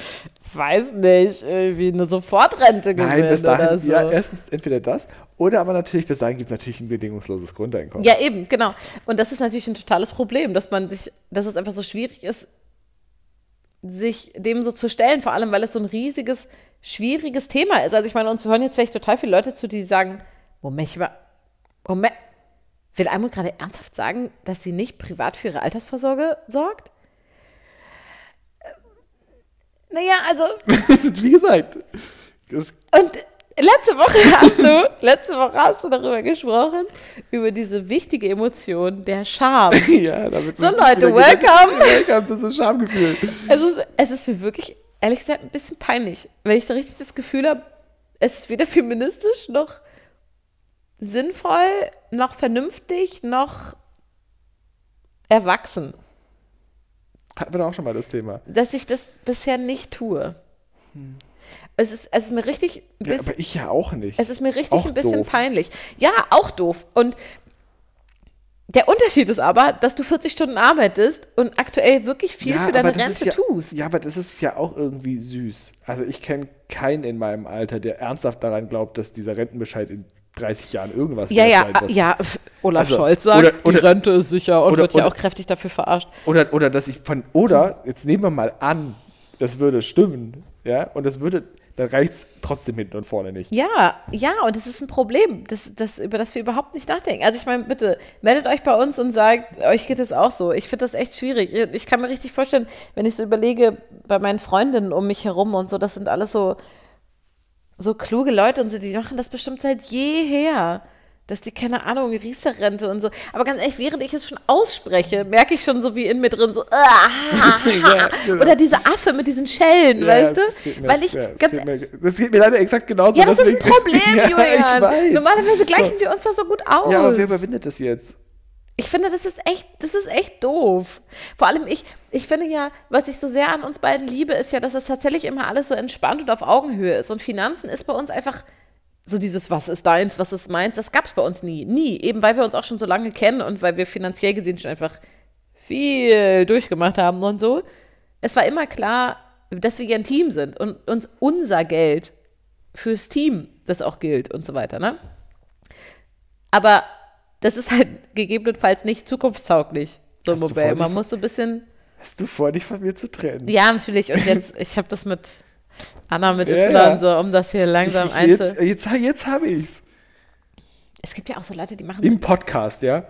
Speaker 4: weiß nicht, irgendwie eine Sofortrente
Speaker 5: Nein, bis
Speaker 4: gewesen oder
Speaker 5: dahin,
Speaker 4: so.
Speaker 5: ja, erstens entweder das oder aber natürlich, bis dahin gibt es natürlich ein bedingungsloses Grundeinkommen.
Speaker 4: Ja, eben, genau. Und das ist natürlich ein totales Problem, dass man sich, dass es einfach so schwierig ist, sich dem so zu stellen, vor allem weil es so ein riesiges, schwieriges Thema ist. Also ich meine, uns hören jetzt vielleicht total viele Leute zu, die sagen, Moment, ich war, Moment, will Almut gerade ernsthaft sagen, dass sie nicht privat für ihre Altersvorsorge sorgt? Naja, also
Speaker 5: (laughs) Wie gesagt, das
Speaker 4: und letzte Woche (laughs) hast du, letzte Woche hast du darüber gesprochen, über diese wichtige Emotion der Scham.
Speaker 5: Ja, damit
Speaker 4: So,
Speaker 5: man sich
Speaker 4: Leute,
Speaker 5: wieder gedacht- (laughs)
Speaker 4: welcome.
Speaker 5: Welcome, das ist Schamgefühl.
Speaker 4: genau. Es ist, es ist mir wirklich, ehrlich gesagt, ein bisschen peinlich, weil ich da richtig das Gefühl habe, es ist weder feministisch noch sinnvoll, noch vernünftig, noch erwachsen,
Speaker 5: Hatten wir doch auch schon mal das Thema.
Speaker 4: dass ich das bisher nicht tue. Es ist, es ist mir richtig ein
Speaker 5: Hm. Ja,
Speaker 4: bisschen
Speaker 5: aber ich ja auch nicht.
Speaker 4: Es ist mir richtig
Speaker 5: Auch
Speaker 4: ein bisschen
Speaker 5: doof.
Speaker 4: peinlich. Ja, auch doof. Und der Unterschied ist aber, dass du 40 Stunden arbeitest und aktuell wirklich viel
Speaker 5: Ja,
Speaker 4: für deine
Speaker 5: aber das
Speaker 4: Rente
Speaker 5: ist ja,
Speaker 4: tust.
Speaker 5: Ja, aber das ist ja auch irgendwie süß. Also ich kenne keinen in meinem Alter, der ernsthaft daran glaubt, dass dieser Rentenbescheid in 30 Jahren irgendwas
Speaker 4: Ja,
Speaker 5: wert
Speaker 4: ja,
Speaker 5: sein
Speaker 4: ah,
Speaker 5: wird.
Speaker 4: ja. pf, Olaf
Speaker 5: Also,
Speaker 4: Scholz sagt,
Speaker 5: oder-
Speaker 4: die
Speaker 5: oder-
Speaker 4: Rente ist sicher und
Speaker 5: oder-
Speaker 4: wird ja
Speaker 5: oder-
Speaker 4: auch kräftig dafür verarscht.
Speaker 5: Oder, oder dass ich von, oder, jetzt nehmen wir mal an, das würde stimmen, ja, und das würde, dann reicht es trotzdem hinten und vorne nicht.
Speaker 4: Ja, ja, und das ist ein Problem, das, das, über das wir überhaupt nicht nachdenken. Also ich meine, bitte, meldet euch bei uns und sagt, euch geht es auch so. Ich finde das echt schwierig. Ich kann mir richtig vorstellen, wenn ich so überlege, bei meinen Freundinnen um mich herum und so, das sind alles so, so kluge Leute und so, die machen das bestimmt seit jeher. Dass die, keine Ahnung, Riester-Rente und so. Aber ganz ehrlich, während ich es schon ausspreche, merke ich schon so wie in mir drin so, ah,
Speaker 5: (laughs) Ja, genau.
Speaker 4: oder dieser Affe mit diesen Schellen,
Speaker 5: Ja,
Speaker 4: weißt
Speaker 5: ja,
Speaker 4: du?
Speaker 5: es- es geht mir-
Speaker 4: Weil ich,
Speaker 5: ja, es
Speaker 4: ganz
Speaker 5: geht mir, das geht mir leider exakt genauso.
Speaker 4: ja, das ist ein
Speaker 5: deswegen-
Speaker 4: Problem,
Speaker 5: (laughs) Ja, ich
Speaker 4: Julian.
Speaker 5: weiß.
Speaker 4: Normalerweise
Speaker 5: So.
Speaker 4: gleichen wir uns da so gut aus.
Speaker 5: Ja, aber wer überwindet das jetzt?
Speaker 4: ich finde, das ist echt, das ist echt doof. Vor allem ich, ich finde ja, was ich so sehr an uns beiden liebe, ist ja, dass das tatsächlich immer alles so entspannt und auf Augenhöhe ist. Und Finanzen ist bei uns einfach so dieses, was ist deins, was ist meins, das gab es bei uns nie. Nie. Eben weil wir uns auch schon so lange kennen und weil wir finanziell gesehen schon einfach viel durchgemacht haben und so. Es war immer klar, dass wir ja ein Team sind und uns unser Geld fürs Team das auch gilt und so weiter, ne? Aber das ist halt gegebenenfalls nicht zukunftstauglich, so ein
Speaker 5: Hast du
Speaker 4: Modell.
Speaker 5: vor,
Speaker 4: Man
Speaker 5: die-
Speaker 4: muss so ein bisschen,
Speaker 5: Hast du vor, dich von mir zu trennen?
Speaker 4: ja, natürlich. Und jetzt, ich habe das mit Anna mit
Speaker 5: Ja,
Speaker 4: Y
Speaker 5: ja.
Speaker 4: so, um das hier langsam
Speaker 5: ich, ich,
Speaker 4: einzu...
Speaker 5: jetzt jetzt, jetzt habe ich's.
Speaker 4: Es gibt ja auch so Leute, die machen so
Speaker 5: Im Podcast, ja?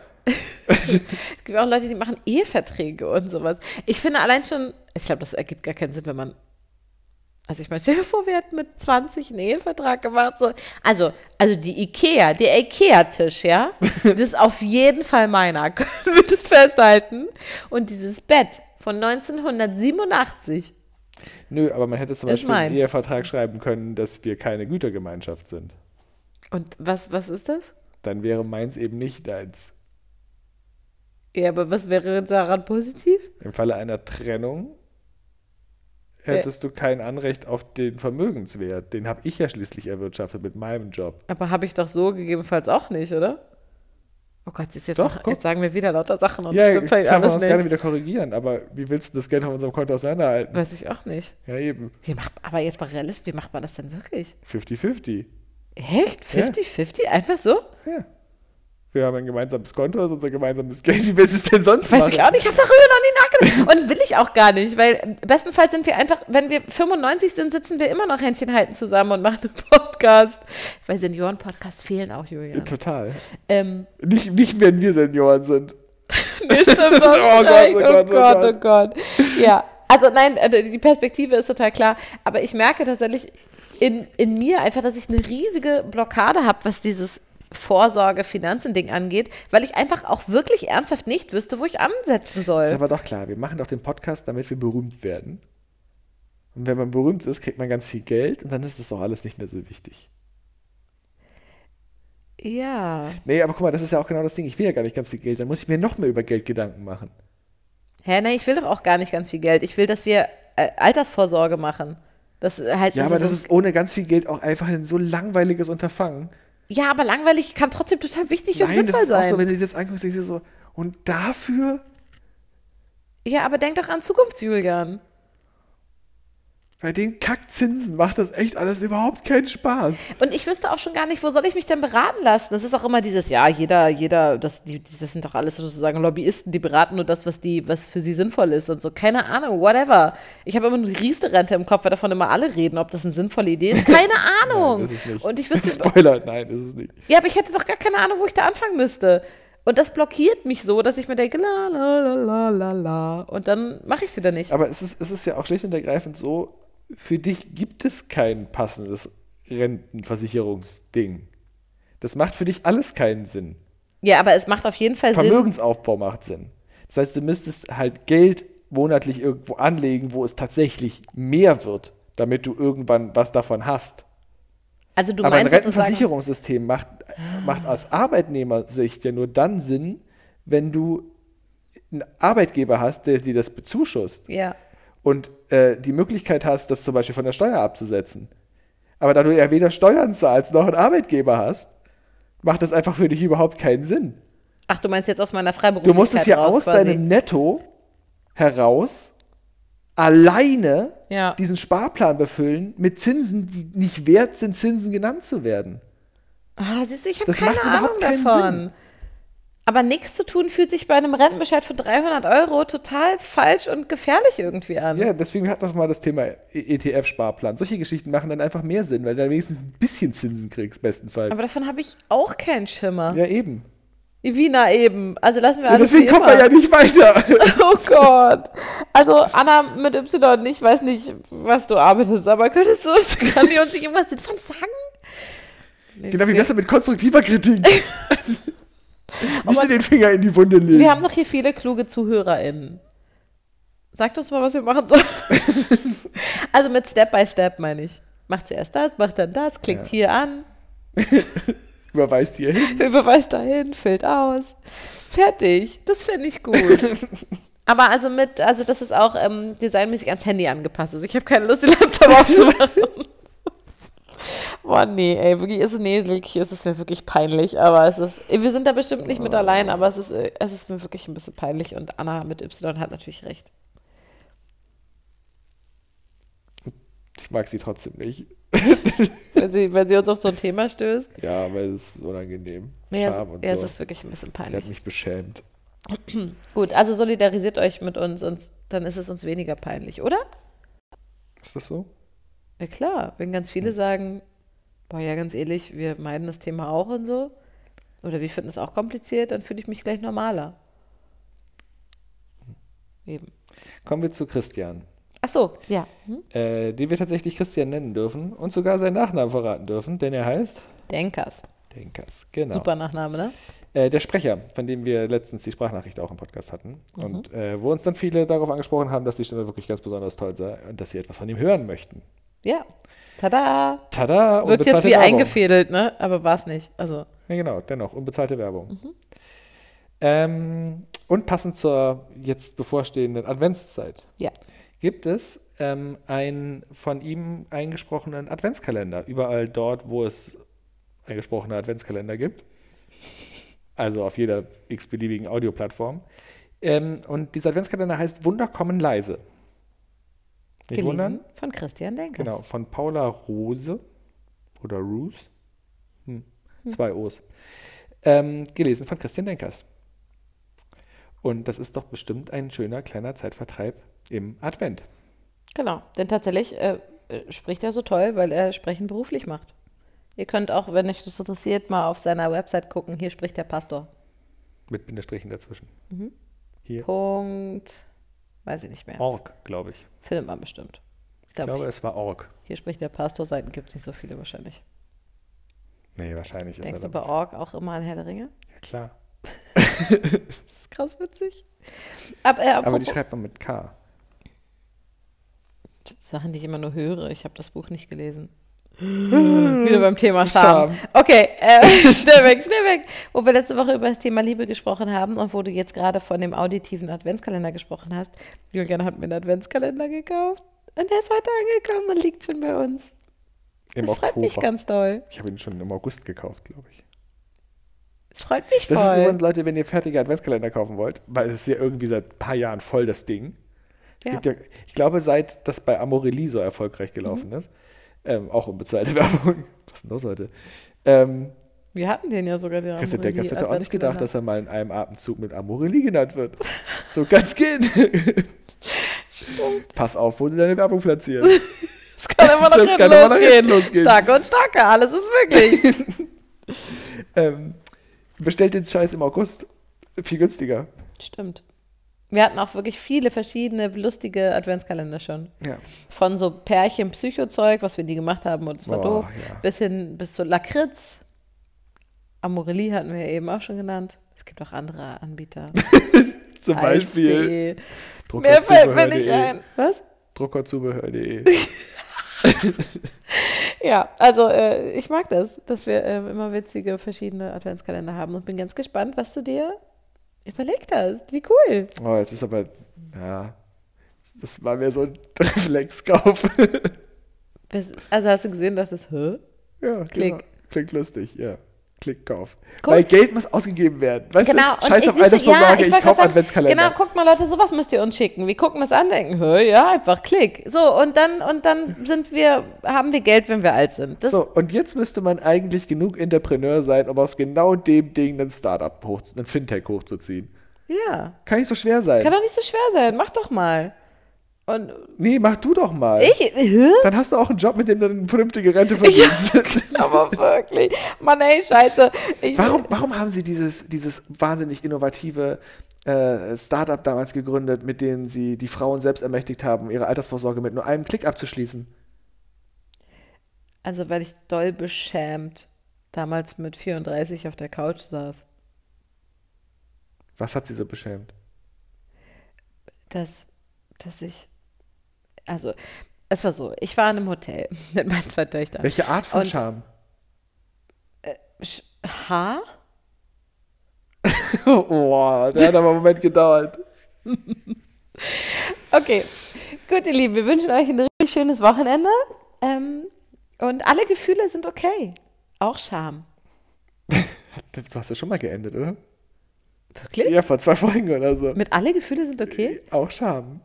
Speaker 4: Es gibt auch Leute, die machen Eheverträge und sowas. Ich finde allein schon, ich glaube, das ergibt gar keinen Sinn, wenn man. Also ich meine, stell dir vor, wir hätten mit 20 einen Ehevertrag gemacht. So. Also, also die Ikea, der Ikea-Tisch, (laughs) ja, das ist auf jeden Fall meiner. (laughs) Können wir das festhalten? Und dieses Bett von 1987.
Speaker 5: Nö, aber man hätte zum
Speaker 4: Ist
Speaker 5: Beispiel einen
Speaker 4: meins.
Speaker 5: Ehevertrag schreiben können, dass wir keine Gütergemeinschaft sind.
Speaker 4: Und was, was ist das?
Speaker 5: Dann wäre meins eben nicht deins.
Speaker 4: Ja, aber was wäre daran positiv?
Speaker 5: Im Falle einer Trennung hättest du kein Anrecht auf den Vermögenswert. Den habe ich ja schließlich erwirtschaftet mit meinem Job.
Speaker 4: Aber habe ich doch so gegebenenfalls auch nicht, oder? Oh Gott, siehst du, jetzt,
Speaker 5: Doch,
Speaker 4: noch,
Speaker 5: guck.
Speaker 4: jetzt sagen wir wieder lauter Sachen und
Speaker 5: ja,
Speaker 4: stimmt
Speaker 5: jetzt
Speaker 4: vielleicht
Speaker 5: kann man
Speaker 4: alles
Speaker 5: uns
Speaker 4: nicht.
Speaker 5: gerne wieder korrigieren, aber wie willst du das Geld von unserem Konto auseinanderhalten?
Speaker 4: Weiß ich auch nicht.
Speaker 5: Ja, eben.
Speaker 4: Wie macht, aber jetzt mal realistisch, wie macht man das denn wirklich?
Speaker 5: 50-50.
Speaker 4: Echt? 50-50? Einfach so?
Speaker 5: Ja. Wir haben ein gemeinsames Konto, das ist unser gemeinsames Geld. Wie willst du es denn sonst
Speaker 4: Weiß
Speaker 5: machen?
Speaker 4: ich auch nicht, ich habe darüber noch nie nachgedacht. Und will ich auch gar nicht, weil ähm, bestenfalls sind wir einfach, wenn wir 95 sind, sitzen wir immer noch Händchen halten zusammen und machen einen Podcast. Weil Senioren-Podcasts fehlen auch, Julian.
Speaker 5: Total.
Speaker 4: Ähm,
Speaker 5: Nicht, nicht, wenn wir Senioren sind.
Speaker 4: nee,
Speaker 5: (laughs)
Speaker 4: stimmt,
Speaker 5: Oh
Speaker 4: was
Speaker 5: Gott,
Speaker 4: gleich.
Speaker 5: oh
Speaker 4: oh
Speaker 5: Gott,
Speaker 4: Gott,
Speaker 5: oh
Speaker 4: oh Gott, oh Gott. Ja, also nein, äh, die Perspektive ist total klar. Aber ich merke tatsächlich in, in mir einfach, dass ich eine riesige Blockade habe, was dieses Vorsorge-Finanzen-Ding angeht, weil ich einfach auch wirklich ernsthaft nicht wüsste, wo ich ansetzen
Speaker 5: Ist
Speaker 4: soll.
Speaker 5: aber doch klar, wir machen doch den Podcast, damit wir berühmt werden. Und wenn man berühmt ist, kriegt man ganz viel Geld und dann ist das doch alles nicht mehr so wichtig.
Speaker 4: Ja.
Speaker 5: Nee, aber guck mal, das ist ja auch genau das Ding. Ich will ja gar nicht ganz viel Geld, dann muss ich mir noch mehr über Geld Gedanken machen.
Speaker 4: Hä, nee, ich will doch auch gar nicht ganz viel Geld. Ich will, dass wir äh, Altersvorsorge machen. Das äh, heißt,
Speaker 5: Ja,
Speaker 4: das
Speaker 5: aber
Speaker 4: ist
Speaker 5: das
Speaker 4: so-
Speaker 5: ist ohne ganz viel Geld auch einfach ein so langweiliges Unterfangen.
Speaker 4: ja, aber langweilig kann trotzdem total wichtig und
Speaker 5: Nein,
Speaker 4: sinnvoll
Speaker 5: das ist
Speaker 4: sein.
Speaker 5: auch so, wenn du dir das anguckst, denkst du dir so, Und dafür,
Speaker 4: Ja, aber denk doch an Zukunftsjulian.
Speaker 5: bei den Kackzinsen, macht das echt alles überhaupt keinen Spaß.
Speaker 4: Und ich wüsste auch schon gar nicht, wo soll ich mich denn beraten lassen? Das ist auch immer dieses, ja, jeder, jeder, das, die, das sind doch alles sozusagen Lobbyisten, die beraten nur das, was die, was für sie sinnvoll ist und so. Keine Ahnung, whatever. Ich habe immer nur die Riester-Rente im Kopf, weil davon immer alle reden, ob das eine sinnvolle Idee ist.
Speaker 5: (laughs)
Speaker 4: Keine Ahnung.
Speaker 5: Das ist nicht.
Speaker 4: Und ich wüsste,
Speaker 5: (laughs) Spoiler, nein, das ist nicht.
Speaker 4: ja, aber ich hätte doch gar keine Ahnung, wo ich da anfangen müsste. Und das blockiert mich so, dass ich mir denke, la, la, la, la, la, la. Und dann mache ich es wieder nicht.
Speaker 5: Aber es ist, es ist ja auch schlicht und ergreifend so, für dich gibt es kein passendes Rentenversicherungsding. Das macht für dich alles keinen Sinn.
Speaker 4: Ja, aber es macht auf jeden Fall Sinn.
Speaker 5: Vermögensaufbau macht Sinn. Das heißt, du müsstest halt Geld monatlich irgendwo anlegen, wo es tatsächlich mehr wird, damit du irgendwann was davon hast.
Speaker 4: Also du
Speaker 5: Aber ein
Speaker 4: meinst sozusagen,
Speaker 5: Rentenversicherungssystem macht, macht aus Arbeitnehmersicht ja nur dann Sinn, wenn du einen Arbeitgeber hast, der dir das bezuschusst
Speaker 4: ja.
Speaker 5: und äh, die Möglichkeit hast, das zum Beispiel von der Steuer abzusetzen. Aber da du ja weder Steuern zahlst noch einen Arbeitgeber hast, macht das einfach für dich überhaupt keinen Sinn.
Speaker 4: Ach, du meinst jetzt aus meiner
Speaker 5: Du
Speaker 4: Freiberuflichkeit
Speaker 5: musst es ja
Speaker 4: raus
Speaker 5: aus
Speaker 4: quasi.
Speaker 5: deinem Netto heraus alleine
Speaker 4: Ja.
Speaker 5: diesen Sparplan befüllen mit Zinsen, die nicht wert sind, Zinsen genannt zu werden.
Speaker 4: Ah, siehst du, ich habe
Speaker 5: Das
Speaker 4: keine
Speaker 5: macht
Speaker 4: Ahnung
Speaker 5: überhaupt keinen
Speaker 4: davon.
Speaker 5: Sinn.
Speaker 4: Aber nichts zu tun fühlt sich bei einem Rentenbescheid von 300 Euro total falsch und gefährlich irgendwie an.
Speaker 5: Ja, deswegen hat man mal das Thema E- ETF-Sparplan. Solche Geschichten machen dann einfach mehr Sinn, weil du dann wenigstens ein bisschen Zinsen kriegst, bestenfalls.
Speaker 4: Aber davon habe ich auch keinen Schimmer.
Speaker 5: ja, eben.
Speaker 4: Wiener eben. Also lassen wir
Speaker 5: Und
Speaker 4: alles
Speaker 5: deswegen
Speaker 4: wie immer.
Speaker 5: kommt man ja nicht weiter.
Speaker 4: (laughs) Oh Gott. Also Anna mit Y, ich weiß nicht, was du arbeitest, aber könntest du uns, (laughs) kann die uns nicht irgendwas Sinnvolles sagen? Nee,
Speaker 5: genau, wie
Speaker 4: deswegen-
Speaker 5: besser mit
Speaker 4: (laughs)
Speaker 5: konstruktiver Kritik. (laughs) nicht in den Finger in die Wunde legen.
Speaker 4: wir haben noch hier viele kluge ZuhörerInnen. Sagt uns mal, was wir machen sollen. also mit Step by Step meine ich. Macht zuerst das, macht dann das, klickt hier an,
Speaker 5: Überweist hier hin.
Speaker 4: überweist dahin, füllt aus. Fertig. Das finde ich gut. (laughs) Aber also mit, also das ist auch ähm, designmäßig ans Handy angepasst. Also ich habe keine Lust, den Laptop aufzumachen. (laughs) Boah, nee, ey, wirklich, ist, nee, wirklich, ist es mir wirklich peinlich, aber es ist, wir sind da bestimmt nicht mit allein, aber es ist, äh, es ist mir wirklich ein bisschen peinlich und Anna mit Y hat natürlich recht.
Speaker 5: Ich mag sie trotzdem nicht.
Speaker 4: Wenn sie, wenn sie uns auf so ein Thema stößt.
Speaker 5: Ja, weil es ist unangenehm.
Speaker 4: Ja, es,
Speaker 5: Scham und
Speaker 4: ja,
Speaker 5: so.
Speaker 4: es ist wirklich ein bisschen
Speaker 5: Ich habe
Speaker 4: peinlich.
Speaker 5: mich beschämt.
Speaker 4: Gut, also solidarisiert euch mit uns und dann ist es uns weniger peinlich, oder?
Speaker 5: Ist das so?
Speaker 4: Na klar, wenn ganz viele sagen, boah, ja, ganz ehrlich, wir meiden das Thema auch und so, oder wir finden es auch kompliziert, dann fühle ich mich gleich normaler. Eben.
Speaker 5: Kommen wir zu Christian,
Speaker 4: Ach so, ja. Hm?
Speaker 5: äh, den wir tatsächlich Christian nennen dürfen und sogar seinen Nachnamen verraten dürfen, denn er heißt
Speaker 4: Denkers.
Speaker 5: Denkers. Genau.
Speaker 4: Super Nachname, ne?
Speaker 5: Äh, der Sprecher, von dem wir letztens die Sprachnachricht auch im Podcast hatten
Speaker 4: Mhm.
Speaker 5: und äh, wo uns dann viele darauf angesprochen haben, dass die Stimme wirklich ganz besonders toll sei und dass sie etwas von ihm hören möchten.
Speaker 4: Ja. Tada!
Speaker 5: Tada!
Speaker 4: Wirkt jetzt
Speaker 5: unbezahlte
Speaker 4: wie
Speaker 5: Oh, Werbung.
Speaker 4: eingefädelt, ne? Aber war es nicht. Also,
Speaker 5: Ja, genau, dennoch, unbezahlte Werbung. Ähm, und passend zur jetzt bevorstehenden Adventszeit
Speaker 4: ja.
Speaker 5: gibt es ähm, einen von ihm eingesprochenen Adventskalender. Überall dort, wo es eingesprochene Adventskalender gibt. Also auf jeder x-beliebigen Audioplattform. Ähm, und dieser Adventskalender heißt Wunder kommen leise. Nicht
Speaker 4: Gelesen
Speaker 5: wundern.
Speaker 4: von Christian Denkers.
Speaker 5: Genau, von Paula Rose oder Ruse. Hm. Zwei O's. Ähm, gelesen von Christian Denkers. Und das ist doch bestimmt ein schöner kleiner Zeitvertreib im Advent.
Speaker 4: Genau, denn tatsächlich äh, äh, spricht er so toll, weil er Sprechen beruflich macht. Ihr könnt auch, wenn euch das interessiert, mal auf seiner Website gucken. Hier spricht der Pastor.
Speaker 5: Mit Bindestrichen dazwischen.
Speaker 4: Punkt. Weiß ich nicht mehr.
Speaker 5: Org, glaube ich.
Speaker 4: Film man bestimmt.
Speaker 5: Ich
Speaker 4: Glaub
Speaker 5: glaube,
Speaker 4: ich.
Speaker 5: es war Org.
Speaker 4: Hier spricht der Pastor. Seiten gibt es nicht so viele wahrscheinlich.
Speaker 5: Nee, wahrscheinlich ist
Speaker 4: Denkst
Speaker 5: er
Speaker 4: du bei
Speaker 5: dann-
Speaker 4: Org auch immer an Herr der Ringe?
Speaker 5: Ja, klar.
Speaker 4: Das ist krass witzig. Aber, äh,
Speaker 5: Aber die
Speaker 4: apropos-
Speaker 5: schreibt man mit K.
Speaker 4: Sachen, die ich immer nur höre. Ich habe das Buch nicht
Speaker 5: (gasps)
Speaker 4: gelesen. Wieder beim Thema Scham. Okay, äh,
Speaker 5: (laughs)
Speaker 4: schnell weg, schnell weg. Wo wir letzte Woche über das Thema Liebe gesprochen haben und wo du jetzt gerade von dem auditiven Adventskalender gesprochen hast. Julian hat mir einen Adventskalender gekauft und der ist heute angekommen und liegt schon bei uns.
Speaker 5: Im
Speaker 4: das freut mich
Speaker 5: Oktober.
Speaker 4: ganz doll.
Speaker 5: ich habe ihn schon im August gekauft, glaube ich.
Speaker 4: Es freut mich voll.
Speaker 5: Das ist übrigens, Leute, wenn ihr fertige Adventskalender kaufen wollt, weil es ist ja irgendwie seit ein paar Jahren voll das Ding.
Speaker 4: Ja.
Speaker 5: Gibt ja, ich glaube, seit das bei Amorelie so erfolgreich gelaufen
Speaker 4: Mhm.
Speaker 5: ist, ähm, auch unbezahlte (laughs) Werbung. Was ist denn los heute? Ähm,
Speaker 4: Wir hatten den ja sogar. Der
Speaker 5: Christian Denkers hätte auch nicht gedacht,
Speaker 4: Adventskalender.
Speaker 5: dass er mal in einem Atemzug mit Amorelie
Speaker 4: (laughs)
Speaker 5: genannt wird. So ganz gehen. Stimmt. Pass auf, wo du deine
Speaker 4: (laughs)
Speaker 5: Werbung platzierst.
Speaker 4: Es kann immer noch
Speaker 5: (laughs) Das
Speaker 4: hinten
Speaker 5: kann immer nach
Speaker 4: losgehen.
Speaker 5: hinten losgehen.
Speaker 4: Stark und starker, alles ist möglich.
Speaker 5: (laughs) ähm, bestellt den Scheiß im August. Viel günstiger.
Speaker 4: Stimmt. Wir hatten auch wirklich viele verschiedene lustige Adventskalender schon.
Speaker 5: Ja.
Speaker 4: Von so Pärchen-Psycho-Zeug, was wir nie gemacht haben und es war
Speaker 5: Oh,
Speaker 4: doof,
Speaker 5: ja.
Speaker 4: bis hin bis zu Lakritz. Amorelie hatten wir ja eben auch schon genannt. Es gibt auch andere Anbieter.
Speaker 5: Zum Beispiel E.
Speaker 4: Eis.de. Mehr fällt mir nicht
Speaker 5: Druckerzubehör.de.
Speaker 4: ein. Was?
Speaker 5: Druckerzubehör.de.
Speaker 4: Ja, also äh, ich mag das, dass wir ähm, immer witzige verschiedene Adventskalender haben und bin ganz gespannt, was du dir überlegt hast. Wie cool.
Speaker 5: Oh, jetzt ist aber, ja, das war mir so ein (laughs) Reflexkauf. (laughs)
Speaker 4: Das- Also hast du gesehen, dass das, hä?
Speaker 5: ja,
Speaker 4: Klick.
Speaker 5: Genau. Klingt lustig, ja. Klickkauf.
Speaker 4: Guck.
Speaker 5: Weil Geld muss ausgegeben werden. Weißt
Speaker 4: Genau.
Speaker 5: du, scheiß
Speaker 4: ich-
Speaker 5: auf
Speaker 4: siehst du,
Speaker 5: Altersvorsorge,
Speaker 4: wollte
Speaker 5: ich, kaufe
Speaker 4: gerade sagen,
Speaker 5: Adventskalender.
Speaker 4: Genau, guckt mal Leute, sowas müsst ihr uns schicken. Wir gucken das an, denken, hä, ja, einfach klick. So, und dann, und dann sind wir, haben wir Geld, wenn wir alt sind. Das,
Speaker 5: So, und jetzt müsste man eigentlich genug Entrepreneur sein, um aus genau dem Ding ein Startup, hoch, ein Fintech hochzuziehen.
Speaker 4: ja.
Speaker 5: Kann nicht so schwer sein.
Speaker 4: Kann doch nicht so schwer sein. Mach doch mal. Und
Speaker 5: nee, mach du doch mal.
Speaker 4: ich, hä?
Speaker 5: Dann hast du auch einen Job, mit dem du eine vernünftige
Speaker 4: (laughs)
Speaker 5: Rente verdienst.
Speaker 4: Aber wirklich. Mann, ey, scheiße. Ich,
Speaker 5: Warum, warum haben sie dieses, dieses wahnsinnig innovative äh, Startup damals gegründet, mit dem sie die Frauen selbst ermächtigt haben, ihre Altersvorsorge mit nur einem Klick abzuschließen?
Speaker 4: Also, weil ich doll beschämt damals mit 34 auf der Couch saß.
Speaker 5: Was hat sie so beschämt?
Speaker 4: dass, dass ich, also es war so, ich war in einem Hotel (laughs) mit meinen zwei Töchtern.
Speaker 5: Welche Art von
Speaker 4: Und-
Speaker 5: (laughs) Charme?
Speaker 4: Sch- Haar?
Speaker 5: Boah, der hat aber einen Moment gedauert.
Speaker 4: Okay, gut ihr Lieben, wir wünschen euch ein richtig schönes Wochenende ähm, und alle Gefühle sind okay, auch Scham.
Speaker 5: Du hast ja schon mal geendet, oder?
Speaker 4: Wirklich?
Speaker 5: Ja, vor zwei Folgen oder so.
Speaker 4: Mit alle Gefühle sind okay?
Speaker 5: Auch Charme.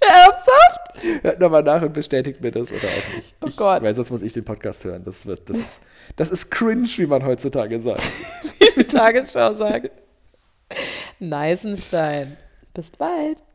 Speaker 4: Ernsthaft? (laughs)
Speaker 5: Hört nochmal nach und bestätigt mir das oder auch nicht.
Speaker 4: Oh
Speaker 5: ich,
Speaker 4: Gott.
Speaker 5: Weil sonst muss ich den Podcast hören. Das, wird, das, ist, das ist cringe, wie man heutzutage sagt.
Speaker 4: Die Tagesschau sagt. Neisenstein. Bis bald.